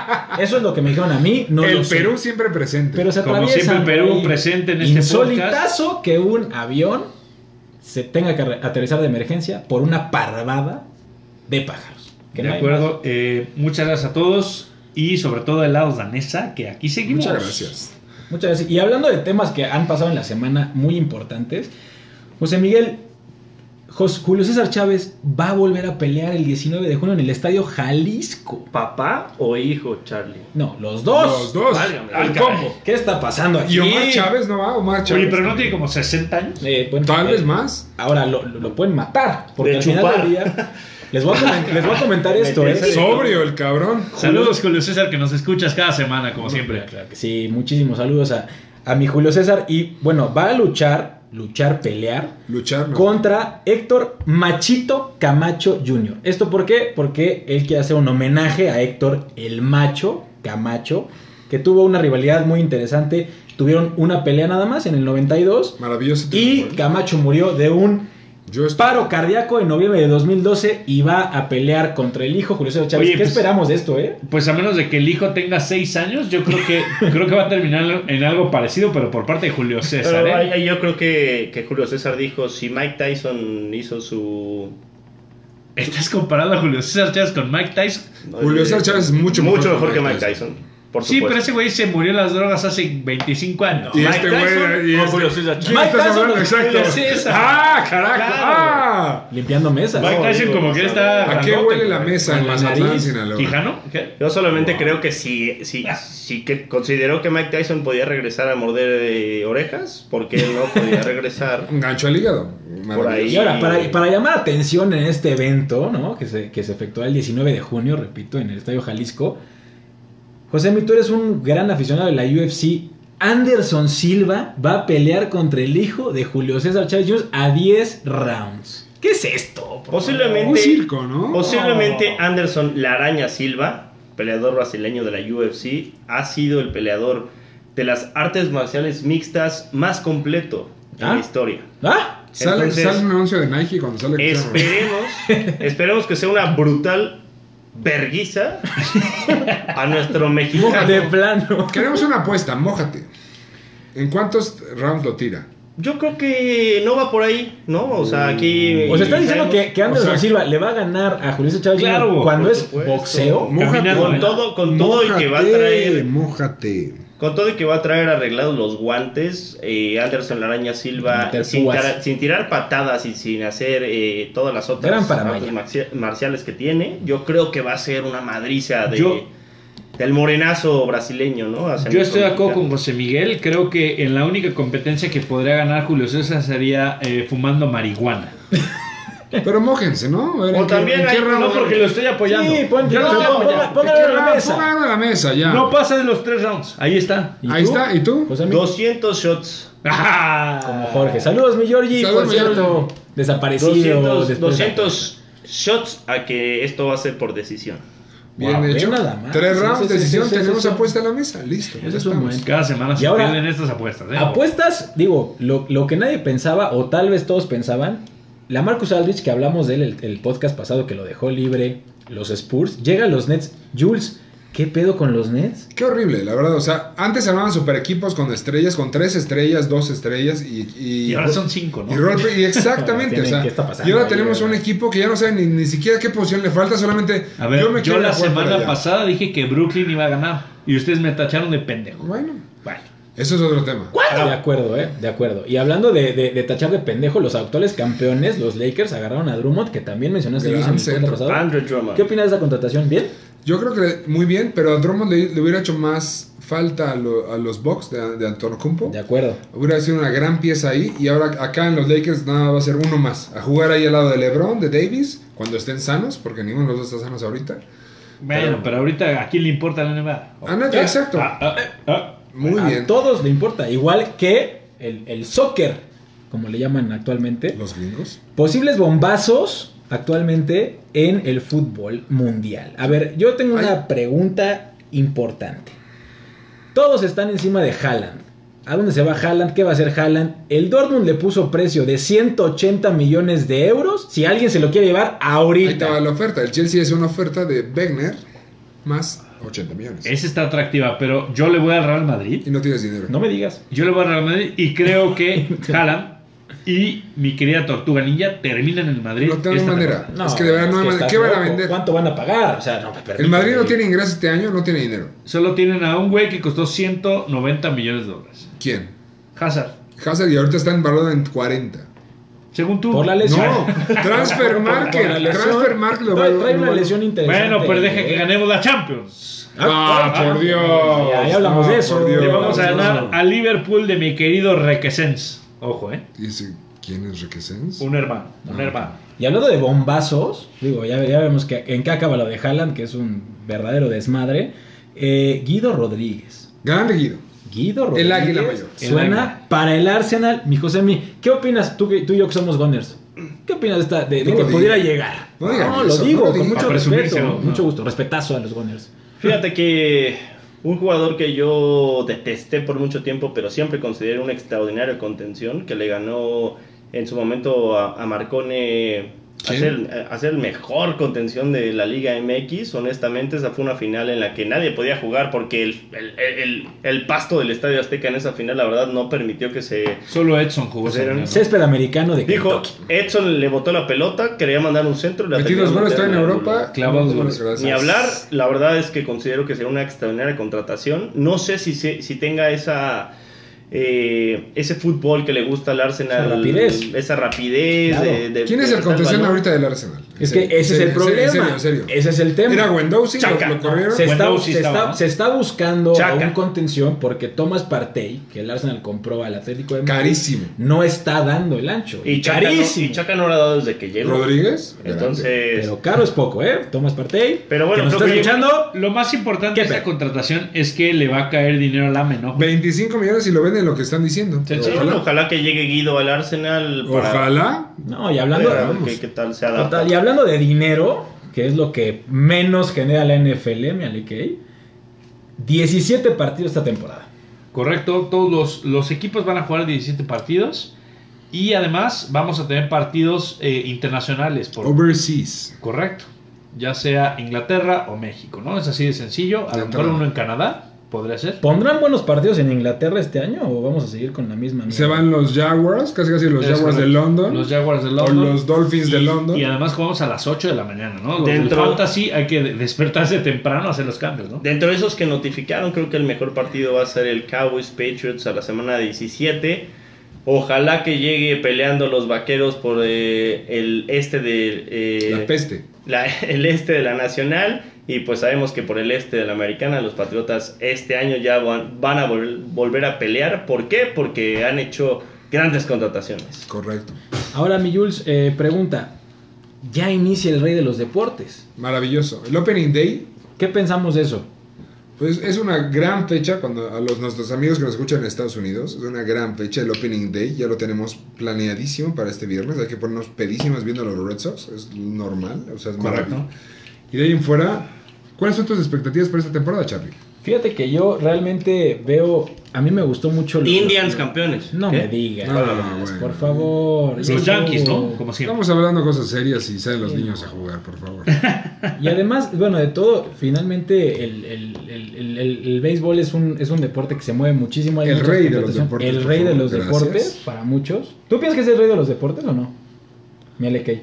S2: Eso es lo que me dijeron a mí. No
S1: el
S2: lo sé.
S1: Perú siempre presente.
S2: Pero se
S3: Como
S2: atraviesa.
S3: siempre, el Perú presente en este
S2: Insolitazo que un avión se tenga que re- aterrizar de emergencia por una parvada de pájaros. Que
S3: De
S2: no hay
S3: acuerdo. Eh, muchas gracias a todos y sobre todo el lado danesa, que aquí seguimos.
S1: Muchas gracias.
S2: más. Muchas gracias. Y hablando de temas que han pasado en la semana muy importantes, José Miguel, Jos- Julio César Chávez va a volver a pelear el 19 de junio en el Estadio Jalisco.
S4: ¿Papá o hijo, Charlie?
S2: No, los dos.
S1: Los dos.
S4: Válgame.
S3: Al
S1: El
S3: caray.
S1: combo.
S2: ¿Qué está pasando aquí?
S1: Y Omar Chávez no va, Omar Chávez.
S3: Oye, pero no tiene como 60 años.
S2: Eh, bueno,
S1: Tal
S2: eh,
S1: vez más.
S2: Ahora lo, lo- lo pueden matar. Porque
S4: De
S2: al final
S4: chupar.
S2: del día. Les voy a, comen- les voy
S4: *laughs*
S2: a comentar esto, ¿eh?
S4: Sí.
S1: Sobrio el cabrón.
S3: Saludos, Julio César, que nos escuchas cada semana, como siempre.
S2: Claro que Sí, muchísimos saludos a, a mi Julio César. Y bueno, va a luchar, luchar, pelear.
S1: Luchar. ¿no?
S2: Contra Héctor Machito Camacho Jr. ¿Esto por qué? Porque él quiere hacer un homenaje a Héctor el Macho Camacho, que tuvo una rivalidad muy interesante. Tuvieron una pelea nada más en el 92
S1: Maravilloso.
S2: y Camacho murió de un
S1: Yo estoy-
S2: paro cardíaco en noviembre de 2012 y va a pelear contra el hijo Julio César Chávez.
S3: Oye,
S2: ¿Qué
S3: pues-
S2: esperamos de esto, eh?
S3: Pues a menos de que el hijo tenga 6 años, yo creo que *laughs* creo que va a terminar en algo parecido, pero por parte de Julio César.
S4: Pero
S3: ¿eh?
S4: ahí- ahí yo creo que, que Julio César dijo, si Mike Tyson hizo su...
S3: Estás comparando a Julio César Chávez con Mike Tyson.
S1: Julio César Chávez es mucho
S4: mucho
S1: mejor
S4: mejor
S1: que
S4: que
S1: Mike
S4: Mike Tyson. Por
S3: Sí,
S4: supuesto.
S3: pero ese güey se murió en las drogas hace 25 años.
S1: Y
S4: Mike
S1: este
S4: Tyson
S1: güey. y
S4: o
S1: este-
S4: Julio César Chávez.
S1: ¿Quién
S3: Mike
S1: estás
S3: Tyson
S1: hablando?
S3: o
S1: Exacto.
S3: Julio César.
S1: ¡Ah, carajo!
S3: Claro.
S1: ¡Ah!
S2: Limpiando mesas.
S3: Mike
S4: No,
S3: Tyson
S4: digo,
S3: como que
S4: no
S3: está...
S4: sabe.
S1: ¿A qué
S3: grandote,
S1: huele la
S3: güey.
S1: mesa en
S2: la
S1: Mazatlán,
S2: nariz.
S1: Sinaloa?
S3: ¿Quijano? ¿Qué?
S4: Yo solamente creo que si, si, si que consideró que Mike Tyson podía regresar a morder eh, orejas, porque él no podía regresar.
S1: *laughs* Un gancho al hígado.
S4: Por ahí.
S2: Y ahora, para, para llamar atención en este evento, ¿no? Que se, que se efectuó el 19 de junio, repito, en el Estadio Jalisco. José, mi tú eres un gran aficionado de la UFC. Anderson Silva va a pelear contra el hijo de Julio César Chávez Jr. a 10 rounds. ¿Qué es esto? por
S4: Posiblemente.
S1: Un circo, ¿no?
S4: Posiblemente
S3: No.
S4: Anderson La Araña Silva, peleador brasileño de la UFC, ha sido el peleador de las artes marciales mixtas más completo de
S2: ¿Ah?
S4: la historia.
S2: favor? ¿Ah?
S1: Sale,
S4: Entonces,
S1: sale un anuncio de Nike cuando sale Cristiano Ronaldo.
S4: Esperemos, esperemos que sea una brutal
S2: *laughs*
S4: verguiza a nuestro
S2: De
S4: mexicano.
S2: plano.
S1: Queremos una apuesta, mójate. ¿En cuántos rounds lo tira?
S4: Yo creo que no va por ahí, ¿no? O sea, aquí.
S2: O sea, está diciendo que, que Anderson
S1: O sea-
S2: Silva le va a ganar a Julio César Chávez Jr.
S3: Claro,
S2: cuando
S4: por
S2: es
S4: supuesto.
S2: boxeo.
S1: Mójate.
S3: Caminando,
S4: Con
S3: ¿eh?
S4: todo, con todo y que va a traer.
S1: Mójate.
S4: Con todo y que va a traer arreglados los guantes, eh, Anderson Laraña Silva,
S2: Meter
S4: sin,
S2: púas.
S4: cara- sin tirar patadas y sin hacer eh, todas las
S2: Gran
S4: otras
S2: paramaya.
S4: artes marci- marciales que tiene, yo creo que va a ser una madriza de,
S3: Yo-
S4: del morenazo brasileño, ¿no? Hacia
S3: Yo
S4: nuestro
S3: estoy de acuerdo con
S4: mexicano.
S3: José Miguel. Creo que en la única competencia que podría ganar Julio César sería eh, fumando marihuana.
S1: Pero mójense, ¿no? A ver,
S4: O
S1: ¿en qué-
S4: también
S1: en qué
S4: hay-
S1: round?
S3: No porque lo estoy apoyando.
S2: Sí, ponte-
S3: Yo
S2: no,
S3: lo estoy
S2: ponga-
S3: apoyando.
S2: póngalo
S1: ¿Qué
S2: en la
S1: round?
S2: mesa.
S1: Póngalo en la mesa, ya.
S3: No pasa de los tres rounds. Ahí está.
S2: ¿Y
S1: Ahí
S2: tú? Pues,
S1: está, ¿y tú?
S2: José, mi-
S4: 200 shots.
S3: Ah.
S2: *laughs* Como Jorge. Saludos, mi Giorgi.
S1: Saludos,
S2: por
S1: mi Giorgi.
S2: cierto, desaparecido.
S4: 200,
S2: después de-
S4: 200 shots a que esto va a ser por decisión.
S1: Bien
S2: Wow,
S1: hecho.
S2: ve nada más.
S1: Tres
S2: Sí,
S1: rounds,
S2: sí, sí,
S1: decisión,
S2: sí, sí,
S1: tenemos
S2: sí.
S1: apuesta en la mesa. Listo, ya
S2: Ese es un
S1: estamos.
S2: buen-
S3: Cada semana se
S2: Y ahora-
S3: pierden estas apuestas. ¿eh?
S2: Apuestas, digo, lo, lo que nadie pensaba, o tal vez todos pensaban, la Marcus Aldrich, que hablamos de él el, el podcast pasado que lo dejó libre, los Spurs, llega a los Nets. Jules, ¿qué pedo con los Nets?
S1: Qué horrible, la verdad. O sea, antes armaban super equipos con estrellas, con tres estrellas, dos estrellas y.
S3: Y ahora son cinco,
S1: y
S3: ¿no?
S1: roleplay-
S3: *laughs*
S1: y exactamente,
S2: Tienen-
S1: o sea,
S2: ¿qué está pasando
S1: y ahora
S2: ahí,
S1: tenemos un
S2: verdad?
S1: equipo que ya no sabe ni, ni siquiera qué posición le falta, solamente
S3: A ver, yo,
S1: quiero ir
S3: la
S1: a jugar para
S3: semana
S1: allá.
S3: pasada dije que Brooklyn iba a ganar. Y ustedes me tacharon de pendejo.
S1: Bueno,
S3: Vale.
S1: eso es otro tema.
S2: De acuerdo, eh, de acuerdo. Y hablando de, de- de tachar de pendejo, los actuales campeones, los Lakers, agarraron a Drummond, que también mencionaste
S1: Gran
S2: Luis, en el podcast
S1: centro.
S2: pasado.
S4: Andre Drummond.
S2: ¿Qué opinas de esa contratación? ¿Bien?
S1: Yo creo que muy bien, pero a Drummond le, le hubiera hecho más falta a, lo- a los Bucks de, de Antetokounmpo.
S2: De acuerdo.
S1: Hubiera sido una gran pieza ahí. Y ahora acá en los Lakers nada va a ser uno más. A jugar ahí al lado de LeBron, de Davis, cuando estén sanos, porque ninguno de los dos está sanos ahorita.
S3: Bueno, pero ahorita, ¿a quién le importa la NBA?
S1: Ah, no, exacto.
S3: Ah, ah, ah.
S1: Muy
S2: a
S1: bien.
S2: todos le importa, igual que el, el soccer, como le llaman actualmente.
S1: Los gringos.
S2: Posibles bombazos actualmente en el fútbol mundial. A ver, yo tengo
S1: Ay.
S2: una pregunta importante. Todos están encima de Haaland. ¿A dónde se va Haaland? ¿Qué va a hacer Haaland? El Dortmund le puso precio de 180 millones de euros. Si alguien se lo quiere
S1: Ahí
S2: llevar
S1: estaba
S2: ahorita.
S1: la oferta. El Chelsea es una oferta de Wegner más 80 millones.
S3: Esa está atractiva, pero yo le voy al Real Madrid.
S1: Y no tienes dinero.
S2: No me digas.
S3: Yo le voy al Real Madrid y
S1: *laughs*
S3: creo que Haaland y mi querida Tortuga Ninja terminan en el Madrid.
S1: No tengo
S3: esta
S1: manera.
S3: temporada.
S1: Es que de verdad no hay manera.
S2: estás
S1: ¿Qué van a
S2: loco.
S1: vender?
S2: ¿Cuánto van a pagar? O sea, no,
S1: El Madrid no tiene ingresos este año, no tiene dinero.
S3: Solo tienen a un güey que costó 190 millones de dólares.
S1: ¿Quién?
S3: Hazard.
S1: Hazard y ahorita está valorado en 40.
S3: Según tú.
S2: Por la lesión. *laughs*
S1: No, Transfer Market. Transfer Market lo
S2: trae,
S1: va-
S2: trae
S1: lo
S2: una
S1: va-
S2: lesión interesante.
S3: Bueno, pero deja que
S2: eh.
S3: ganemos la Champions.
S1: Ah, por Dios. Ah,
S2: Ya, ya hablamos de eso.
S1: por Dios.
S3: Le vamos a
S2: no,
S3: ganar
S2: no.
S3: a Liverpool de mi querido Requesens. Ojo, ¿eh?
S1: ¿Y ese quién es Requesens?
S3: Un hermano, un hermano.
S2: Y hablando de bombazos, digo, ya, ya vemos que en qué acaba lo de Haaland, que es un verdadero desmadre. Eh, Guido Rodríguez.
S1: Gran Guido.
S2: Guido Rodríguez.
S1: águila mayor.
S3: El
S2: Suena
S3: águila.
S2: para el Arsenal, mi Josemi. ¿Qué opinas tú, que- tú y yo que somos Gunners? ¿Qué opinas de, esta, de, de
S1: No
S2: que
S1: lo
S2: pudiera
S1: digas.
S2: llegar?
S1: No digas
S2: lo
S1: eso,
S2: digo,
S1: no lo
S2: con
S1: digas.
S2: mucho
S3: Para presumirse,
S2: respeto.
S3: ¿no?
S2: Mucho gusto, respetazo a los Gunners.
S4: Fíjate que un jugador que yo detesté por mucho tiempo, pero siempre consideré un extraordinario contención, que le ganó en su momento a, a Marcone
S1: Sí.
S4: Hacer, hacer mejor contención de la Liga MX, honestamente, esa fue una final en la que nadie podía jugar porque el, el- el- el pasto del Estadio Azteca en esa final, la verdad, no permitió que se.
S3: Solo Edson jugó
S1: Pues
S3: esa
S4: Pero-
S3: final, ¿no?
S2: Césped americano de
S4: Dijo,
S2: Kentucky.
S4: Edson le botó la pelota, quería mandar un centro. la
S1: Metí
S4: terminó
S1: dos goles, está en
S4: metiendo al ángulo.
S1: Europa.
S3: Clavados
S1: Muchas
S3: goles.
S1: gracias.
S4: Ni hablar, la verdad es que considero que será una extraordinaria contratación. No sé si, se- si tenga esa eh, ese fútbol que le gusta al Arsenal.
S2: Esa rapidez.
S4: Esa rapidez.
S2: Claro.
S4: de- de-
S1: ¿Quién es
S4: de
S1: el
S4: apretar
S1: contención
S4: balón.
S1: ahorita del Arsenal?
S2: Es
S1: En
S2: que
S1: serio,
S2: ese es
S1: en
S2: el
S1: serio,
S2: problema.
S1: En serio, en serio.
S2: Ese es el tema.
S1: Era Wendowski,
S4: Chaca.
S1: lo, lo corrieron.
S2: Se, está,
S3: Wendowski
S2: se
S3: estaba,
S2: está-
S3: ¿no?
S2: se está buscando
S4: Chaca.
S2: a un contención porque Thomas Partey, que el Arsenal compró al Atlético de Madrid,
S1: Carísimo.
S2: no está dando el ancho.
S4: Y Chaca, no, y Chaca no lo ha dado desde que llegó.
S1: Rodríguez. grande.
S4: Entonces,
S2: Pero caro es poco, ¿eh? Thomas Partey.
S4: Pero bueno,
S2: que nos
S4: creo
S2: estás
S4: que-
S2: escuchando.
S3: Lo más importante
S2: ¿Qué
S3: de esta
S2: pe-
S3: contratación es que le va a caer dinero al AME, ¿no?
S1: 25 millones y lo venden lo que están diciendo.
S3: Sí, sí.
S4: sí,
S1: Ojalá.
S4: ojalá. que llegue Guido al Arsenal. Para
S1: Ojalá.
S2: No, y
S4: ver
S2: hablando. vamos,
S4: qué, qué tal se
S2: total,
S4: adapta.
S2: y hablando de dinero, que es lo que menos genera la NFL, mi Alekei, 17 partidos esta temporada.
S3: Correcto, todos los, los equipos van a jugar 17 partidos y además vamos a tener partidos eh, internacionales. Por,
S1: Overseas.
S3: Correcto, ya sea Inglaterra o México, ¿no? Es así de sencillo. A
S1: De
S3: lo mejor
S1: entrada.
S3: uno en Canadá podría ser.
S2: ¿Pondrán buenos partidos en Inglaterra este año o vamos a seguir con la misma? mierda?
S1: Se van los Jaguars, casi casi los
S3: Es
S1: Jaguars de
S3: correcto.
S1: London.
S3: Los Jaguars de London.
S1: O los Dolphins
S3: Y-
S1: de London.
S3: Y además jugamos a las 8 de la mañana, ¿no? Los
S4: Dentro-
S3: del fantasy hay que de- despertarse temprano a hacer los cambios, ¿no?
S4: Dentro de esos que notificaron, creo que el mejor partido va a ser el Cowboys Patriots a la semana 17. Ojalá que llegue peleando los vaqueros por eh, el este de eh,
S1: La peste.
S4: la- *laughs* el este de la nacional y pues sabemos que por el este de la americana los patriotas este año ya van, van a vol- volver a pelear. ¿Por qué? Porque han hecho grandes contrataciones.
S1: Correcto.
S2: Ahora mi Jules eh, pregunta, ya inicia el rey de los deportes.
S1: Maravilloso. El Opening Day
S2: ¿Qué pensamos de eso?
S1: Pues es una gran fecha cuando a los nuestros amigos que nos escuchan en Estados Unidos, es una gran fecha el Opening Day, ya lo tenemos planeadísimo para este viernes, hay que ponernos pedísimas viendo a los Red Sox, es normal, o sea, es
S3: Correcto.
S1: maravilloso. Y de ahí en fuera, ¿cuáles son tus expectativas para esta temporada, Charlie?
S2: Fíjate que yo realmente veo, a mí me gustó mucho... los-
S4: Indians campeones.
S2: No
S4: ¿Qué?
S2: me digas,
S1: Ah, bueno.
S2: por favor. Este,
S3: Los Yankees, ¿no? Como siempre.
S1: Estamos hablando cosas serias y salen los niños a jugar, por favor.
S2: *laughs* Y además, bueno, de todo, finalmente el, el, el- el- el- el béisbol es un, es un deporte que se mueve muchísimo. hay
S1: El
S2: muchas
S1: rey de los
S2: contrataciones.
S1: deportes,
S2: El
S1: por
S2: rey de
S1: favor,
S2: los
S1: gracias.
S2: deportes, para muchos. ¿Tú piensas que es el rey de los deportes o no? Mi Alekei.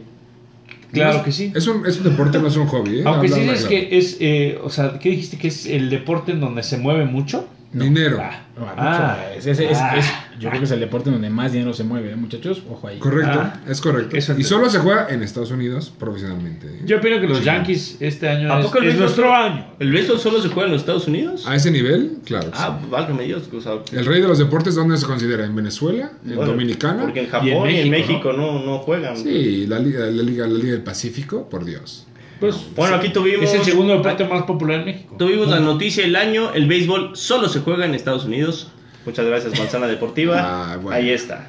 S3: Claro que sí.
S1: Es un, es un deporte, no es un hobby, ¿eh?
S3: Aunque sí
S1: Hablando
S3: es
S1: claro.
S3: que es, eh, o sea, ¿qué dijiste? Que es el deporte en donde se mueve mucho.
S1: Dinero.
S3: Ah,
S2: No, hay
S3: ah,
S2: mucho, es- es- es-
S3: ah,
S2: es- yo creo que es el deporte donde más dinero se mueve, ¿eh, muchachos. Ojo ahí.
S1: Correcto,
S3: Ah,
S1: es correcto.
S3: eso es
S1: y
S3: de-
S1: solo se juega en Estados Unidos profesionalmente. ¿eh?
S3: Yo opino que los
S1: Sí.
S3: Yankees este año
S4: ¿A
S3: es,
S4: poco el
S3: es
S4: béisbol-
S3: nuestro año.
S4: ¿El béisbol solo se juega en los Estados Unidos?
S1: A ese nivel, claro. que
S4: Ah, válgame Dios. o sea,
S1: sí. El rey de los deportes, ¿dónde se considera? ¿En Venezuela? ¿En
S4: bueno,
S1: Dominicana?
S4: Porque en Japón y en México,
S3: México,
S4: no, no juegan.
S1: Sí, la liga, la liga, la liga del Pacífico, por Dios.
S3: Pues,
S4: Bueno, aquí tuvimos.
S3: es el segundo
S1: pues,
S3: deporte más popular en México.
S4: Tuvimos la noticia del año, el béisbol solo se juega en Estados Unidos. Muchas gracias, Manzana *laughs* Deportiva.
S1: Ah, bueno.
S4: Ahí está.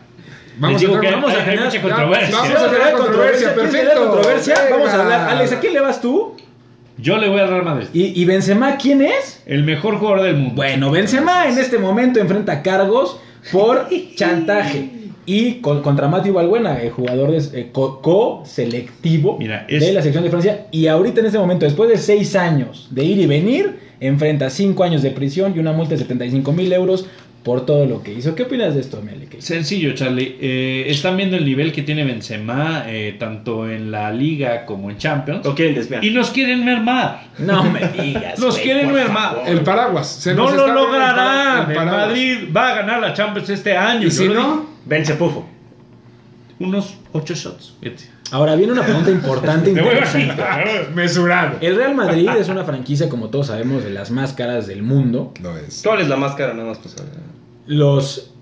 S3: Les digo que
S1: entrar-
S3: vamos a
S2: generar-
S3: generar mucha
S1: ya,
S3: controversia.
S1: vamos a generar controversia,
S2: ¿Quieres
S1: perfecto.
S2: generar controversia? Vamos a
S1: Venga.
S2: hablar. Alex, ¿a quién le vas tú?
S3: Yo le voy al Real Madrid.
S2: ¿Y, y Benzema quién es?
S3: El mejor jugador del mundo.
S2: Bueno, Benzema en este momento enfrenta cargos
S3: *laughs*
S2: por chantaje. Y con- contra Matthew Balbuena, el jugador de- eh, co- co-selectivo
S3: Mira, es-
S2: de la selección de Francia. Y ahorita en este momento, después de seis años de ir y venir, enfrenta cinco años de prisión y una multa de 75 mil euros por todo lo que hizo. ¿Qué opinas de esto, Mele?
S3: Sencillo, Charlie. Eh, están viendo el nivel que tiene Benzema, eh, tanto en la Liga como en Champions.
S4: ¿Lo quieren desviar?
S3: Y nos quieren mermar.
S2: No me
S3: *laughs*
S2: digas.
S3: Nos
S2: güey,
S3: quieren
S2: por
S3: mermar.
S1: El paraguas. se
S3: no
S1: nos
S3: lo
S1: está viendo el para-
S3: lograrán.
S1: el
S3: El
S1: paraguas.
S3: Madrid va a ganar la Champions este año.
S1: Y
S3: Yo
S1: si
S3: lo
S1: no,
S3: dije.
S4: Vence Pufo.
S3: unos 8 shots. Fíjate. *laughs*
S2: Ahora viene una pregunta importante.
S3: Te voy a
S2: interesante.
S1: *laughs* mesurado.
S2: El Real Madrid es una franquicia, como todos sabemos, de las más caras del mundo.
S1: Lo es.
S4: ¿Cuál es la máscara nada más? Pues,
S2: Los,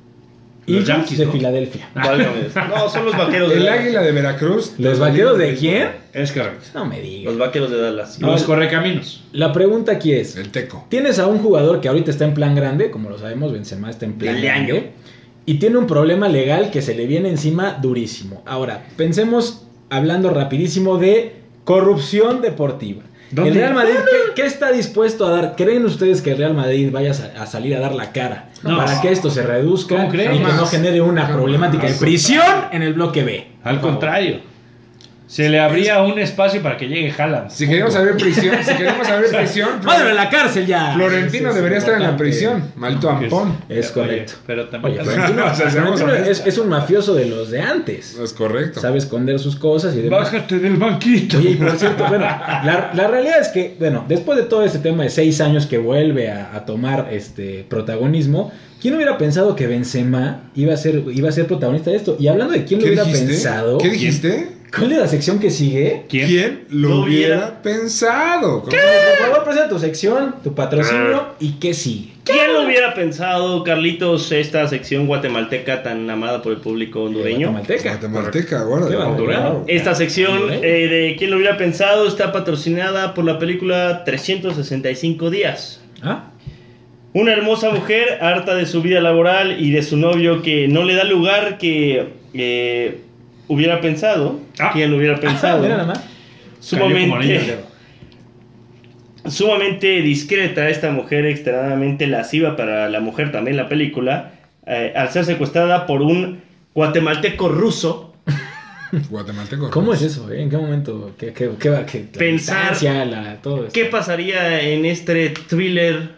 S2: Eagles
S3: Yankees,
S2: de
S3: ¿no? Ah,
S2: Filadelfia.
S4: válgame Dios. No, son los *laughs* vaqueros de
S1: El
S4: Dallas.
S1: águila de Veracruz.
S2: ¿Los vaqueros de quién?
S3: Es correcto.
S2: No me digas.
S4: Los vaqueros de Dallas.
S3: Los correcaminos.
S2: La pregunta aquí es,
S1: El teco.
S2: tienes a un jugador que ahorita está en plan grande, como lo sabemos, Benzema está en plan
S4: Del año.
S2: grande, y tiene un problema legal que se le viene encima durísimo. Ahora, pensemos, hablando rapidísimo, de corrupción deportiva.
S3: ¿Dónde?
S2: El Real Madrid, ¿qué, qué está dispuesto a dar? ¿Creen ustedes que el Real Madrid vaya a sa- a salir a dar la cara
S3: No.
S2: para que esto se reduzca
S3: ¿Cómo
S2: y
S3: crees?
S2: que no genere una
S1: Jamás.
S2: problemática de prisión en el bloque B?
S3: Al
S2: Por favor.
S3: contrario. Se le abría un espacio para que llegue Haaland.
S1: Si queremos abrir prisión, si queremos
S3: *laughs*
S1: abrir prisión,
S2: ¡Madre en la cárcel ya!
S1: Florentino
S2: Eso es
S1: debería estar en la
S2: importante.
S1: prisión. Malto ampón.
S2: Es
S3: Oye,
S2: correcto.
S3: pero también.
S2: Oye, Florentino,
S1: *laughs* O sea, seamos
S2: Florentino
S1: honestos.
S2: es, es un mafioso de los de antes.
S1: No es correcto.
S2: Sabe esconder sus cosas y demás.
S3: Bájate del banquito.
S2: Oye, y por cierto, bueno, la, la realidad es que, bueno, después de todo este tema de seis años que vuelve a, a tomar este protagonismo, ¿quién hubiera pensado que Benzema iba a ser, iba a ser protagonista de esto? Y hablando de quién lo
S1: ¿Qué
S2: hubiera
S1: dijiste?
S2: pensado,
S1: ¿Qué dijiste?
S2: ¿cuál es la sección que sigue?
S3: ¿Quién?
S1: ¿Quién lo
S4: Lo hubiera-
S1: hubiera pensado?
S2: Por favor, presenta tu sección, tu patrocinio
S4: Ah.
S2: y qué sigue.
S4: ¿Quién lo hubiera pensado, Carlitos, esta sección guatemalteca tan amada por el público hondureño?
S2: Guatemalteca.
S1: Guatemalteca, ahora.
S2: Qué
S1: Hondureño.
S2: bárbaro.
S4: Esta sección
S2: Hondureño.
S4: eh, de ¿Quién lo hubiera pensado? está patrocinada por la película 365 días.
S2: ¿Ah?
S4: Una hermosa
S3: *laughs*
S4: mujer harta de su vida laboral y de su novio que no le da lugar que eh, hubiera pensado.
S3: Ah.
S4: ¿Quién lo hubiera pensado?
S2: Mira nada más.
S3: Cayó como anillo al
S4: Sumamente,
S3: dedo.
S4: *laughs* sumamente discreta esta mujer, extremadamente lasciva para la mujer también la película, eh, al ser secuestrada por un guatemalteco ruso.
S1: Guatemalteco.
S2: Eh. ¿Cómo es eso? eh? ¿En qué momento? ¿Qué, qué, qué va? Qué, la
S4: Pensar-
S2: distancia, la- todo esto.
S4: ¿Qué pasaría en este thriller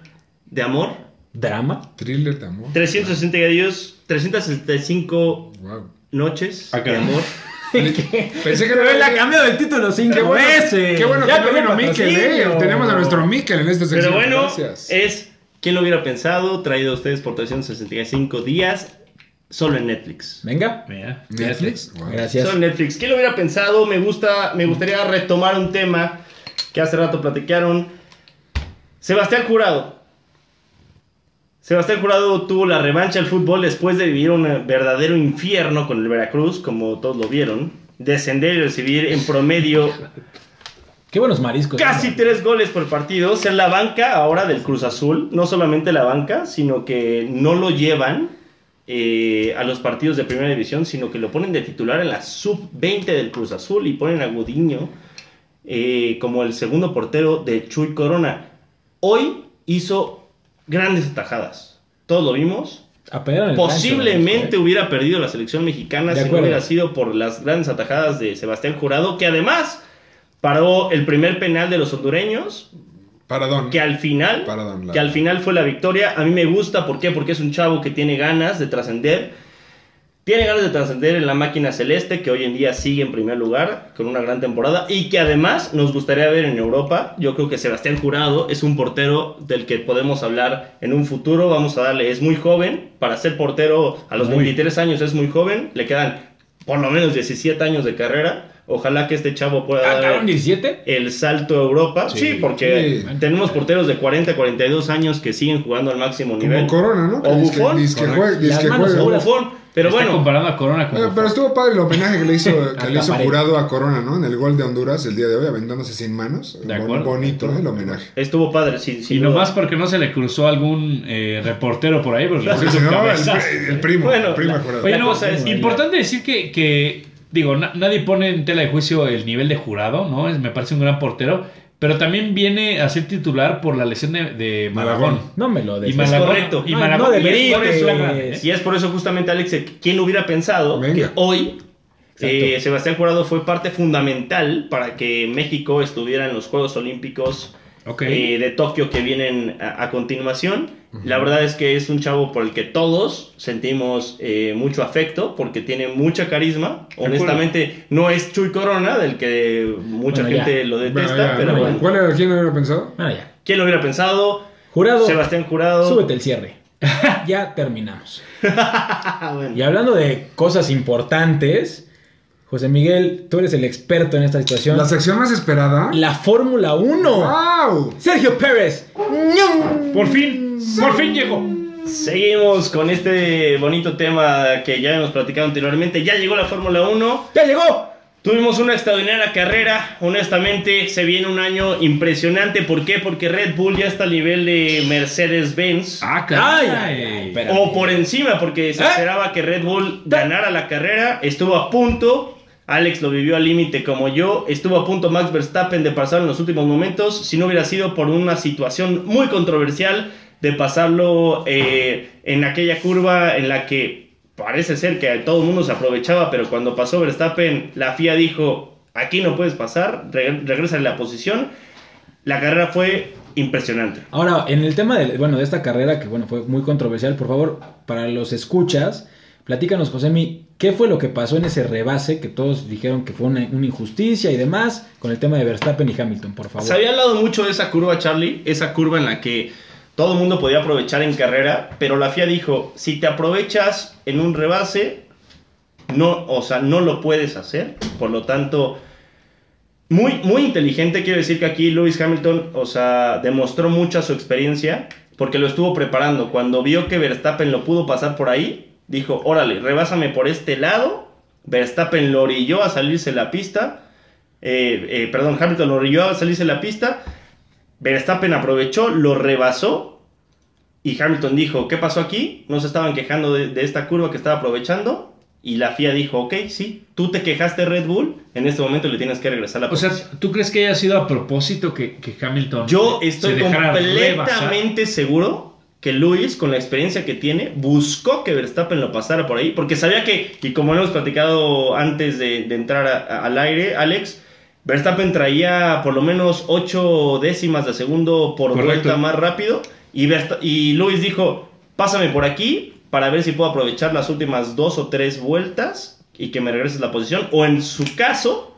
S4: de amor?
S2: ¿Drama?
S1: Thriller de amor.
S4: 360 días, 365
S2: *laughs*
S1: Wow.
S4: noches
S3: Ah,
S4: de
S3: caray.
S4: amor.
S1: Pensé que no
S2: Pero él
S1: había-
S2: ha cambiado el título cinco
S1: Qué bueno,
S2: veces.
S1: qué bueno
S2: eh. Ya
S1: que no
S2: con el
S1: vino Miquel, eh.
S2: patrocinio. eh,
S1: Tenemos a nuestro Miquel en esta
S4: Pero
S1: sección.
S4: bueno,
S1: Gracias.
S4: es quien lo hubiera pensado, traído a ustedes por 365 días, solo en Netflix.
S2: Venga.
S3: Mira,
S1: Netflix. Wow.
S2: Gracias.
S4: Solo en Netflix. ¿Quién lo hubiera pensado? Me gusta, me gustaría retomar un tema que hace rato platicaron. Sebastián Jurado. Sebastián Jurado tuvo la revancha al fútbol después de vivir un verdadero infierno con el Veracruz, como todos lo vieron. Descender y recibir en promedio
S2: Qué buenos mariscos.
S4: Casi tres goles por partido. Ser la banca ahora del Cruz Azul. No solamente la banca, sino que no lo llevan eh, a los partidos de primera división, sino que lo ponen de titular en la sub-20 del Cruz Azul y ponen a Gudiño eh, como el segundo portero de Chuy Corona. Hoy hizo grandes atajadas. Todos lo vimos.
S2: Apegaron el
S4: Posiblemente
S2: rancho,
S4: hubiera perdido la selección mexicana
S2: De
S4: si no
S2: acuerdo.
S4: hubiera sido por las grandes atajadas de Sebastián Jurado, que además paró el primer penal de los hondureños,
S1: Paradón.
S4: que al final,
S1: Paradón, la-
S4: que al final fue la victoria. A mí me gusta, ¿por qué? Porque es un chavo que tiene ganas de trascender. Tiene ganas de trascender en la máquina celeste, que hoy en día sigue en primer lugar, con una gran temporada, y que además nos gustaría ver en Europa. Yo creo que Sebastián Jurado es un portero del que podemos hablar en un futuro. Vamos a darle, es muy joven, para ser portero a los
S3: Muy.
S4: 23 años es muy joven, le quedan por lo menos 17 años de carrera. Ojalá que este chavo pueda
S2: ¿eh? Ah,
S4: dar
S2: cabrón, 17.
S4: el salto a Europa. Sí, porque
S1: sí.
S4: tenemos porteros de 40, 42 años que siguen jugando al máximo nivel.
S1: Como Corona, ¿no?
S4: O
S1: Dice
S4: Buffon.
S1: que juega.
S2: Correcto.
S1: Dice
S2: Las
S1: que
S2: manos
S4: O
S1: juega.
S2: seguras.
S4: Buffon. Pero
S3: está
S4: bueno,
S3: comparando a Corona con.
S1: Eh, Pero estuvo padre el homenaje que le hizo, que le hizo
S2: pared.
S1: jurado a Corona, ¿no? En el gol de Honduras el día de hoy, aventándose sin manos.
S3: De
S1: Bon-
S3: acuerdo.
S1: Bonito ¿eh?
S4: *laughs*
S1: el homenaje.
S4: estuvo padre. Sí, sí,
S3: y nomás porque no se le cruzó algún eh, reportero por ahí, porque le
S1: Porque
S3: puso
S1: si
S3: un
S1: no, el,
S3: cabezazo.
S1: pri- el primo,
S4: Bueno,
S1: el primo
S4: la-
S1: de jurado.
S3: Oye,
S4: La
S3: no,
S4: cosa es-
S3: importante decir que, que, digo, na- nadie pone en tela de juicio el nivel de jurado, ¿no? Es- me parece un gran portero, pero también viene a ser titular por la lesión de, de Malagón.
S2: No me lo
S3: Y
S2: des.
S3: Malagón,
S4: correcto.
S3: Y
S2: No,
S3: Malagón
S2: no deberías,
S3: por eso la grande, ¿eh?
S4: Y es por eso justamente, Alex, ¿quién lo hubiera pensado
S1: Venga.
S4: que hoy eh,
S2: Exacto.
S4: Sebastián Jurado fue parte fundamental para que México estuviera en los Juegos Olímpicos
S3: Ok.
S4: eh, de Tokio que vienen a, a continuación? La verdad es que es un chavo por el que todos sentimos eh, mucho afecto porque tiene mucha carisma.
S3: acuerdo.
S4: Honestamente, no es Chuy Corona, del que mucha
S2: Bueno, ya.
S4: gente lo
S1: Bueno,
S4: detesta,
S1: ya,
S4: pero
S1: ¿no?
S4: bueno.
S1: ¿Cuál era? ¿Quién lo hubiera pensado?
S2: Bueno, Ah, ya.
S4: ¿Quién lo hubiera pensado?
S2: Jurado,
S4: Sebastián Jurado.
S2: súbete
S1: *laughs*
S2: el cierre. ya terminamos.
S4: Ah, bueno.
S2: Y hablando de cosas importantes, José Miguel, tú eres el experto en esta situación.
S1: La
S2: La, Ah.
S1: sección más esperada.
S2: Fórmula 1.
S1: ¡Wow!
S2: Sergio Pérez.
S3: Por fin, por fin llegó.
S4: Seguimos con este bonito tema que ya hemos platicado anteriormente. Ya llegó la Fórmula 1.
S2: Ya llegó.
S4: Tuvimos una extraordinaria carrera. Honestamente, se viene un año impresionante. ¿Por qué? Porque Red Bull ya está al nivel de Mercedes-Benz.
S3: Ah,
S2: Ay,
S3: caray.
S2: ay, ay, espera.
S4: o por encima, porque se
S2: ¿Eh?
S4: esperaba que Red Bull ganara la carrera. Estuvo a punto. Alex lo vivió al límite como yo. Estuvo a punto Max Verstappen de pasar en los últimos momentos. Si no hubiera sido por una situación muy controversial de pasarlo eh, en aquella curva en la que parece ser que todo el mundo se aprovechaba, pero cuando pasó Verstappen, la FIA dijo. Aquí no puedes pasar, reg- regresa a la posición. La carrera fue impresionante.
S2: Ahora, en el tema de, bueno, de esta carrera, que bueno, fue muy controversial, por favor, para los escuchas, platícanos, Josemi, ¿qué fue lo que pasó en ese rebase que todos dijeron que fue una, una injusticia y demás con el tema de Verstappen y Hamilton, por favor?
S4: Se había hablado mucho de esa curva, Charlie, esa curva en la que todo el mundo podía aprovechar en carrera, pero la FIA dijo, si te aprovechas en un rebase, no, o sea, no lo puedes hacer, por lo tanto, muy, muy inteligente, quiero decir que aquí Lewis Hamilton, o sea, demostró mucha su experiencia, porque lo estuvo preparando, cuando vio que Verstappen lo pudo pasar por ahí, dijo, órale, rebásame por este lado, Verstappen lo orilló a salirse de la pista, eh, eh, perdón, Hamilton lo orilló a salirse de la pista. Verstappen aprovechó, lo rebasó. Y Hamilton dijo: ¿Qué pasó aquí? No se estaban quejando de, de esta curva que estaba aprovechando. Y la FIA dijo: Ok, sí, tú te quejaste, Red Bull. En este momento le tienes que regresar la
S3: O sea,
S4: posición".
S3: ¿tú crees que haya sido a propósito que, que Hamilton
S4: Yo
S3: se
S4: estoy
S3: dejara ah? rebasar?
S4: completamente seguro que Luis, con la experiencia que tiene, buscó que Verstappen lo pasara por ahí, porque sabía que, y como lo hemos platicado antes de, de entrar a- a- al aire, Alex, Verstappen traía por lo menos 8 décimas de segundo por
S3: Correcto.
S4: vuelta más rápido, y, Verst- y Luis dijo, pásame por aquí para ver si puedo aprovechar las últimas dos o tres vueltas y que me regreses la posición, o en su caso,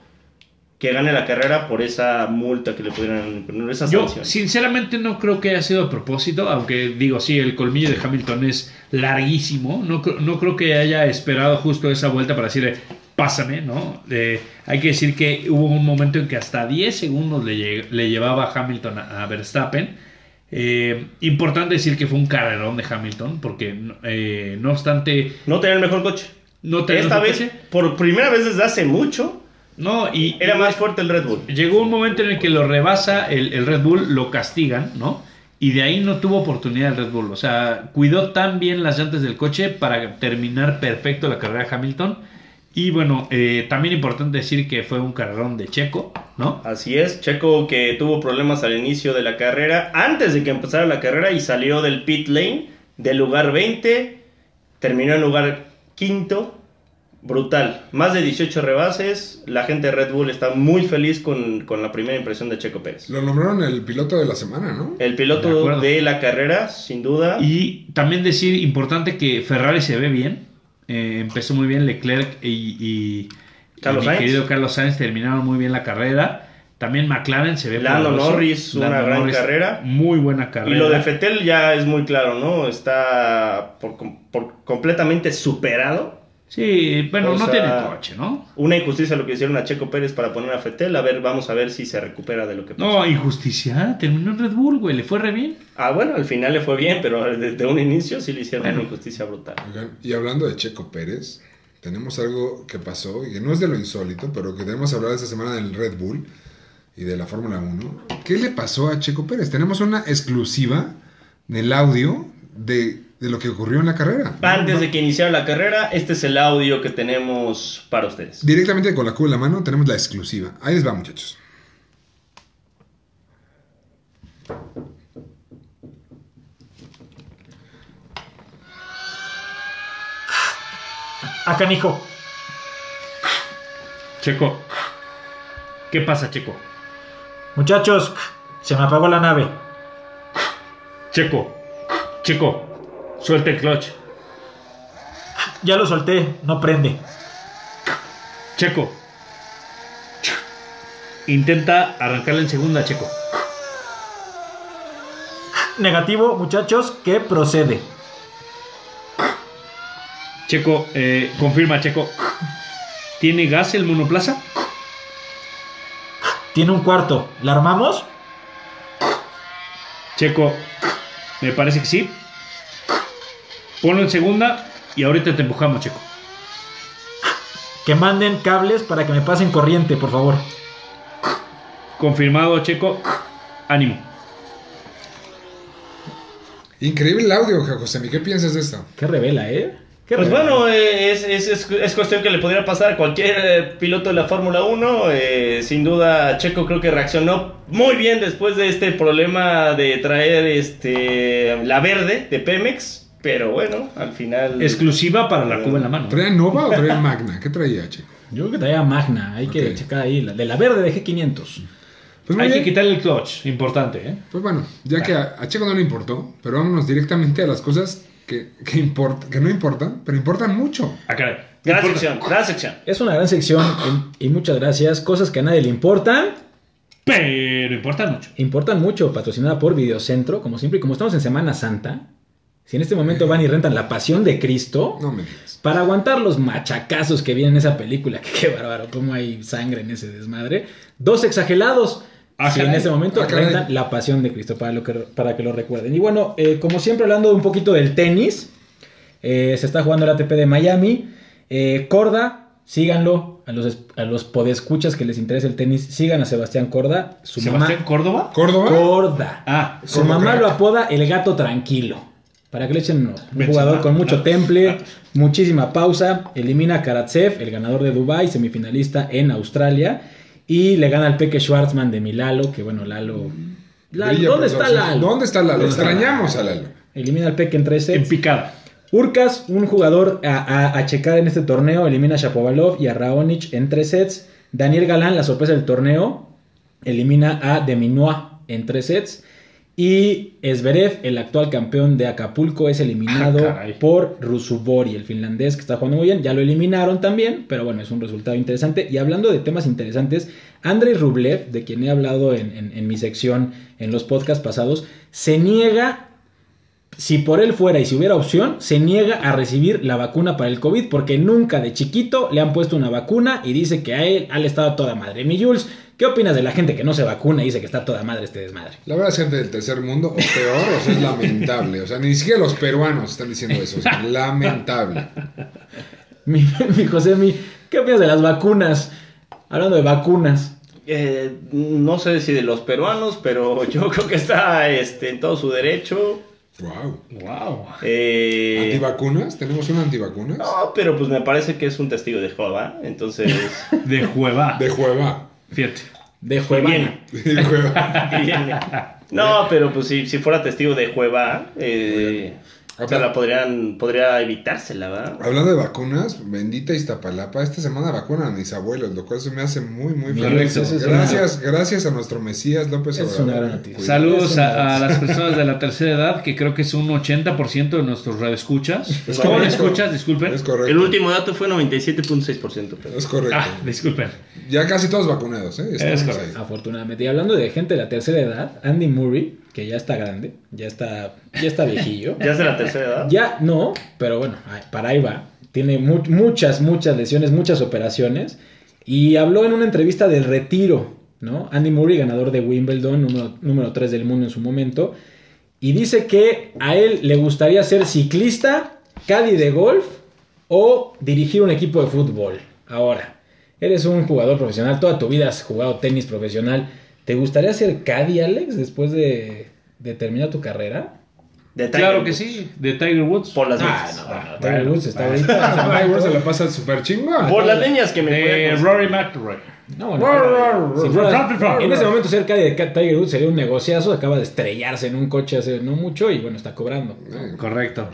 S4: que gane la carrera por esa multa que le pudieran poner, esa
S3: Yo
S4: sanción.
S3: sinceramente no creo que haya sido a propósito, aunque digo, sí, el colmillo de Hamilton es larguísimo, no, cre- no creo que haya esperado justo esa vuelta para decirle, pásame, ¿no? Eh, hay que decir que hubo un momento en que hasta 10 segundos le, lle- le llevaba Hamilton a, a Verstappen. Eh, importante decir que fue un carrerón de Hamilton, porque eh, no obstante,
S4: No tenía el mejor coche.
S3: no tenía
S4: Esta
S3: otro
S4: vez,
S3: coche.
S4: por primera vez desde hace mucho,
S3: No, y
S4: era más fuerte el Red Bull.
S3: Llegó un momento en el que lo rebasa el, el Red Bull, lo castigan, ¿no? Y de ahí no tuvo oportunidad el Red Bull. O sea, cuidó tan bien las llantas del coche para terminar perfecto la carrera de Hamilton. Y bueno, eh, también importante decir que fue un carrerón de Checo, ¿no?
S4: Así es, Checo que tuvo problemas al inicio de la carrera, antes de que empezara la carrera y salió del pit lane del lugar 20, terminó en lugar quinto, brutal, más de 18 rebases, la gente de Red Bull está muy feliz con, con la primera impresión de Checo Pérez.
S1: Lo nombraron el piloto de la semana, ¿no?
S4: El
S3: De
S4: piloto
S3: acuerdo.
S4: de, la carrera, sin duda,
S3: Y también decir, importante que Ferrari se ve bien. Eh, empezó muy bien Leclerc y, y- y
S4: Carlos
S3: mi
S4: Sainz.
S3: querido Carlos Sainz terminaron muy bien la carrera. También McLaren se ve
S4: Lando
S3: poderoso.
S4: Norris, una gran carrera.
S3: Muy buena carrera.
S4: Y lo de Fetel ya es muy claro, ¿no? Está por, com- por completamente superado.
S3: Sí, bueno,
S4: O
S3: no
S4: sea,
S3: tiene coche, ¿no?
S4: Una injusticia lo que hicieron a Checo Pérez para poner a Fetel. A ver, vamos a ver si se recupera de lo que pasó.
S3: No, injusticia. ¿eh? Terminó en Red Bull, güey. Le fue re bien.
S4: Ah, bueno, al final le fue bien, pero *laughs* desde un inicio sí le hicieron
S3: Bueno.
S4: una injusticia brutal.
S1: Oigan, y hablando de Checo Pérez, tenemos algo que pasó, y que no es de lo insólito, pero que tenemos que hablar esta semana del Red Bull y de la Fórmula 1. ¿Qué le pasó a Checo Pérez? Tenemos una exclusiva del audio de, de lo que ocurrió en la carrera.
S4: Antes de que iniciara la carrera, este es el audio que tenemos para ustedes.
S1: Directamente con la cuba en la mano tenemos la exclusiva. Ahí les va, muchachos.
S3: A canijo. Checo. ¿Qué pasa, Checo?
S5: Muchachos, se me apagó la nave.
S3: Checo. Checo. Suelta el clutch.
S5: Ya lo solté, no prende.
S3: Checo. Intenta arrancarla en segunda, Checo.
S5: Negativo, muchachos, que procede.
S3: Checo, eh, confirma, Checo. ¿Tiene gas el monoplaza?
S5: Tiene un cuarto, ¿la armamos?
S3: Checo, me parece que sí. Ponlo en segunda y ahorita te empujamos, Checo.
S5: Que manden cables para que me pasen corriente, por favor.
S3: Confirmado, Checo. Ánimo.
S1: Increíble el audio, José. ¿Qué piensas de esto?
S2: Qué revela, ¿eh? Qué
S4: Pues
S2: revela.
S4: bueno, eh, es, es- es- es cuestión que le pudiera pasar a cualquier eh, piloto de la Fórmula 1. eh, sin duda, Checo creo que reaccionó muy bien después de este problema de traer este la verde de Pemex. Pero bueno, al final...
S3: Exclusiva para la Cuba en la mano.
S1: Pues ¿Traía Nova o traía Magna? ¿Qué traía, Checo?
S2: Yo creo que traía Magna. Hay que
S1: Ok.
S2: checar ahí. la- de la verde de G500.
S1: Pues muy
S3: Hay que
S1: bien.
S3: quitar el clutch, importante, ¿eh?
S1: Pues bueno, ya que a, a Checo no le importó, pero vámonos directamente a las cosas que, que, import- que no importan, pero importan mucho.
S3: Ah, caray.
S4: Gran
S3: Importa.
S4: sección, gran sección.
S2: Es una gran sección. y- y muchas gracias. Cosas que a nadie le importan.
S3: Pero importa mucho.
S2: Importan mucho. Patrocinada por Videocentro. Como siempre. Y como estamos en Semana Santa. Si en este momento van y rentan La Pasión de Cristo.
S1: No me digas.
S2: Para aguantar los machacazos que vienen en esa película, *laughs* que qué bárbaro, cómo hay sangre en ese desmadre. Dos exagelados.
S3: Ah,
S2: si en
S3: caray.
S2: ese momento
S1: Ah, caray.
S2: rentan la pasión de Cristo, para, lo que, para que lo recuerden. Y bueno, eh, como siempre, hablando un poquito del tenis, eh, se está jugando el ATP de Miami. Eh, Corda, síganlo. A los, es- a los podescuchas que les interesa el tenis, sigan a Sebastián Corda. Su
S3: ¿Sebastián
S2: mamá.
S3: Córdoba?
S1: ¿Córdoba?
S2: Corda.
S3: Ah,
S2: Su mamá lo apoda el gato tranquilo. Para que le echen un- un jugador con
S1: *laughs*
S2: mucho temple, muchísima pausa, elimina a Karatsev, el ganador de Dubai, semifinalista en Australia, y le gana al Peque Schwartzman de Milalo, que bueno, Lalo... Lalo,
S1: Brilla
S2: ¿Dónde
S1: por
S2: está
S1: los-
S2: Lalo?
S1: ¿Dónde está Lalo?
S2: ¿Dónde está
S1: Extrañamos a Lalo.
S2: Elimina al Peque en tres
S3: en
S2: sets.
S3: picada.
S2: Urcas, un jugador a, a- a checar en este torneo, elimina a Shapovalov y a Raonic en tres sets. Daniel Galán, la sorpresa del torneo, elimina a Deminois en tres sets. Y Esberev, el actual campeón de Acapulco, es eliminado
S3: Ah, caray.
S2: por Rusubori, el finlandés que está jugando muy bien. Ya lo eliminaron también, pero bueno, es un resultado interesante. Y hablando de temas interesantes, Andrei Rublev, de quien he hablado en, en- en mi sección en los podcasts pasados, se niega si por él fuera y si hubiera opción, se niega a recibir la vacuna para el COVID porque nunca de chiquito le han puesto una vacuna y dice que a él ha estado toda madre. Mi Jules, ¿qué opinas de la gente que no se vacuna y dice que está toda madre este desmadre? *laughs*
S1: La verdad es gente del tercer mundo, o peor, o sea, es lamentable. O sea, ni siquiera los peruanos están diciendo eso. O sea,
S2: *laughs*
S1: lamentable.
S2: Mi, mi José, mi, ¿qué opinas de las vacunas? Hablando de vacunas.
S4: Eh, no sé si de los peruanos, pero *laughs* yo creo que está este, en todo su derecho.
S1: Wow.
S3: Wow.
S4: Eh,
S1: ¿Antivacunas? ¿Tenemos una antivacunas?
S4: no, pero pues me parece que es un testigo de Jehová. Entonces,
S3: De jueva.
S1: De jueva.
S3: Fíjate.
S2: De
S4: que
S2: Juevana.
S4: viene,
S1: De jueva.
S4: que viene. *laughs* No, pero pues si, si fuera testigo de Jehová, eh,
S1: Bueno.
S4: o sea, la podrían, podría evitársela, ¿verdad?
S1: Hablando de vacunas, bendita Iztapalapa, esta semana vacunan a mis abuelos, lo cual se me hace muy, muy
S3: Correcto.
S1: feliz.
S3: Esa es
S1: Gracias, gracias a nuestro Mesías López
S2: Esa es
S1: Obrador.
S2: una gran noticia.
S1: Cuidado.
S3: Saludos a, a
S2: Eso no
S3: las personas de la tercera edad, que creo que es un 80% de nuestros radioescuchas.
S1: Es
S3: ¿Cómo
S1: correcto.
S3: escuchas? Disculpen.
S1: Es correcto.
S4: El último dato fue 97.6%. pero-
S1: Es correcto.
S3: Ah, disculpen.
S1: Ya casi todos vacunados, ¿eh? Estamos
S3: correcto.
S1: ahí.
S2: Afortunadamente. Y hablando de gente de la tercera edad, Andy Murray, que ya está grande, ya está, ya está
S4: *laughs*
S2: viejillo.
S4: Ya es de la tercera edad.
S2: Ya no, pero bueno, ay, para ahí va. Tiene mu- muchas, muchas lesiones, muchas operaciones. Y habló en una entrevista del retiro, ¿no? Andy Murray, ganador de Wimbledon, número, número 3 del mundo en su momento. Y dice que a él le gustaría ser ciclista, caddy de golf o dirigir un equipo de fútbol. Ahora, eres un jugador profesional, toda tu vida has jugado tenis profesional. ¿Te gustaría ser caddy, Alex, después de, de terminar tu carrera?
S4: De Tiger
S3: Claro que
S4: Woods.
S3: sí, de Tiger Woods.
S4: Por las
S2: Ah,
S4: veces.
S2: no, no,
S3: bueno,
S2: Tiger Woods está
S3: bueno.
S2: ahorita.
S1: Ah, igual se la pasa el super
S4: Por las líneas que me
S2: Eh,
S3: De
S4: juegan.
S3: Rory McIlroy.
S2: *laughs* No, bueno, si fuera-
S3: Rory.
S2: en ese momento cerca de Tiger Woods sería un negociazo, acaba de estrellarse en un coche hace no mucho y bueno, está cobrando.
S3: Correcto.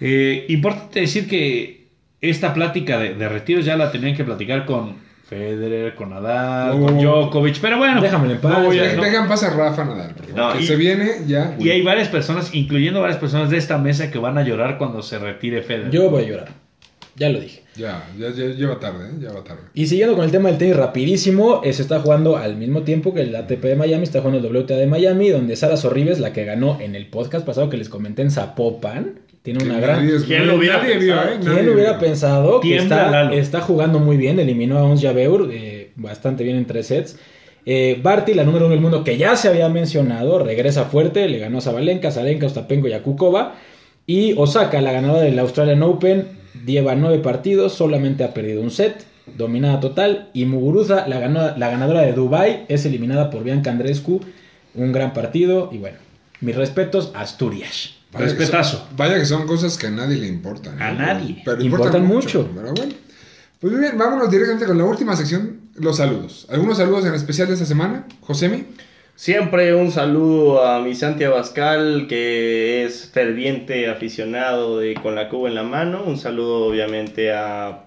S3: Eh, importante decir que esta plática de, de retiros ya la tenían que platicar con Federer, con Nadal,
S1: No.
S3: con Djokovic, pero bueno.
S2: Déjamelo en paz.
S3: no voy a- no.
S1: Dejan pasar Rafa Nadal, por favor,
S4: No,
S1: que
S4: y-
S1: se viene ya.
S3: Y hay varias personas, incluyendo varias personas de esta mesa, que van a llorar cuando se retire Federer.
S2: Yo voy a llorar. Ya lo dije.
S1: Ya, ya, ya, ya va tarde, ¿eh? Ya va tarde.
S2: Y siguiendo con el tema del tenis rapidísimo, eh, se está jugando al mismo tiempo que el ATP de Miami, está jugando el WTA de Miami, donde Sara Sorribes, la que ganó en el podcast pasado que les comenté en Zapopan, tiene una
S1: Que
S2: gran...
S1: nadie es-
S4: ¿Quién lo hubiera
S1: nadie vio,
S4: pensado?
S1: ¿eh?
S2: ¿Quién
S1: Nadie
S2: hubiera
S1: vio.
S2: pensado que
S3: Tiembla
S2: está,
S3: Lalo.
S2: está jugando muy bien? Eliminó a Ons Jabeur eh, bastante bien en tres sets. Eh, Barty, la número uno del mundo que ya se había mencionado, regresa fuerte, le ganó a Zabalenka, Zarenka, Ostapenko y a Kukova. Y Osaka, la ganadora del Australian Open, lleva nueve partidos, solamente ha perdido un set, dominada total. Y Muguruza, la, ganó- la ganadora de Dubai, es eliminada por Bianca Andrescu. Un gran partido y bueno, mis respetos, Asturias.
S1: Vaya que son-
S3: Respetazo.
S1: vaya que son cosas que a nadie le importan. ¿no?
S3: A nadie.
S1: Pero
S2: Importan
S1: importan mucho.
S2: mucho.
S1: Pero bueno. Pues muy bien, vámonos directamente con la última sección, los saludos. ¿Algunos saludos en especial de esta semana, Josemi?
S4: Siempre un saludo a mi Santi Abascal, que es ferviente aficionado de Con la Cuba en la mano. Un saludo, obviamente, a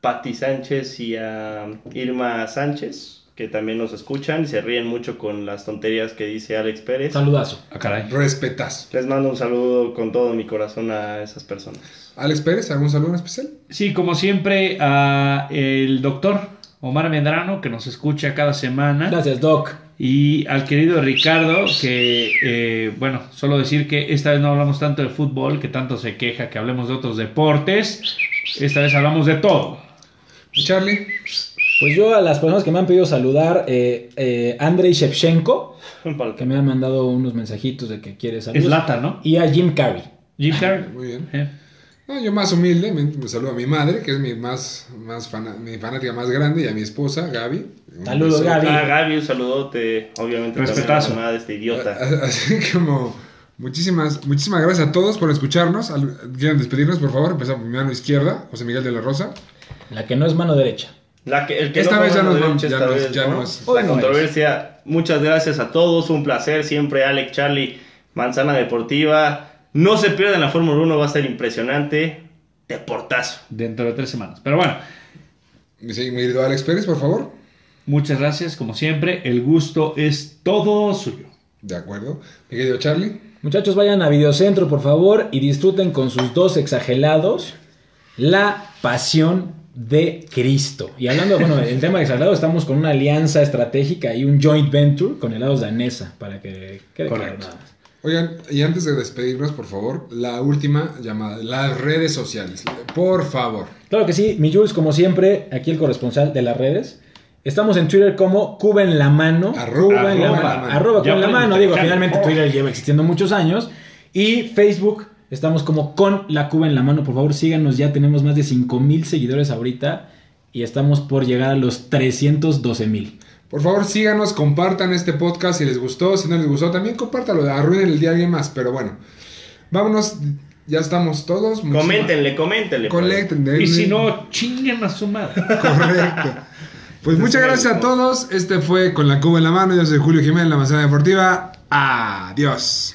S4: Patti Sánchez y a Irma Sánchez, que también nos escuchan y se ríen mucho con las tonterías que dice Alex Pérez.
S2: Saludazo.
S3: Ah, caray.
S1: Respetazo.
S4: Les mando un saludo con todo mi corazón a esas personas.
S1: Alex Pérez, ¿algún saludo en especial?
S3: Sí, como siempre, a el doctor Omar Medrano, que nos escucha cada semana.
S2: Gracias, Doc.
S3: Y al querido Ricardo, que, eh, bueno, solo decir que esta vez no hablamos tanto de fútbol, que tanto se queja que hablemos de otros deportes. Esta vez hablamos de todo.
S1: Charlie,
S2: Pues yo a las personas que me han pedido saludar, eh, eh, Andrei Shevchenko, que me han mandado unos mensajitos de que quiere
S3: Es
S2: saludar.
S3: lata, ¿no?
S2: Y a Jim Carrey.
S3: Jim Carrey.
S1: muy bien.
S3: Eh.
S1: No, yo más humilde, me, me saludo a mi madre, que es mi más, más fana- mi fanática más grande, y a mi esposa, Gaby. Un
S2: Saludos,
S1: beso.
S2: Gaby.
S4: Ah, Gaby, un saludote, obviamente también a
S3: Respetazo.
S4: la mamá de este idiota.
S1: A- a- *laughs* Así como muchísimas, muchísimas gracias a todos por escucharnos. Al- ¿Quieren despedirnos, por favor? Empezamos por mi mano izquierda, José Miguel de la Rosa.
S2: La que no es mano derecha.
S4: La que- el que
S1: Esta
S4: fue
S1: vez ya
S4: mano
S1: nos
S4: derecha
S1: vamos, ya
S4: esta
S1: nos-
S4: vez,
S1: ya
S4: ¿no?
S1: nos-
S2: Hoy
S4: La
S2: no
S4: controversia, muchas gracias a todos, un placer siempre, Alex, Charlie, Manzana Deportiva. No se pierdan la Fórmula 1, va a ser impresionante. Deportazo.
S3: Dentro de tres semanas. Pero bueno,
S1: Mi se- mi querido Alex Pérez, por favor.
S3: muchas gracias, como siempre. El gusto es todo suyo.
S1: De acuerdo. Mi querido Charlie.
S2: Muchachos, vayan a Videocentro, por favor, y disfruten con sus dos exagelados la pasión de Cristo. Y hablando, bueno, del tema de exagelados, estamos con una alianza estratégica y un joint venture con helados danesa, para que quede claro
S3: Correcto.
S2: nada más.
S1: Oigan, y antes de despedirnos, por favor, la última llamada. Las redes sociales. Por favor.
S2: Claro que sí, mi Jules, como siempre, aquí el corresponsal de las redes. Estamos en Twitter como Cuba en la mano.
S1: Arroba
S2: Cuba en la
S3: Arroba.
S2: mano. Arroba
S3: Ya
S2: con la
S3: pueden
S2: mano. Digo,
S3: utilizar.
S2: finalmente
S3: Oh.
S2: Twitter lleva existiendo muchos años. Y Facebook, estamos como con la Cuba en la mano. Por favor, síganos. Ya tenemos más de 5 mil seguidores ahorita. Y estamos por llegar a los 312 mil.
S1: Por favor, síganos, compartan este podcast si les gustó, si no les gustó, también compártalo, arruinen el día a alguien más, pero bueno. Vámonos, ya estamos todos. muchísimas-
S4: Coméntenle, coméntenle. pues.
S1: Colecten,
S3: pues. Y
S1: denle-
S3: si no, chinguen a su madre.
S1: *laughs* Correcto. Pues
S4: Entonces,
S1: muchas gracias a
S4: ¿no?
S1: todos. Este fue Con la Cuba en la mano. Yo soy Julio Jiménez, la manzana deportiva. Adiós.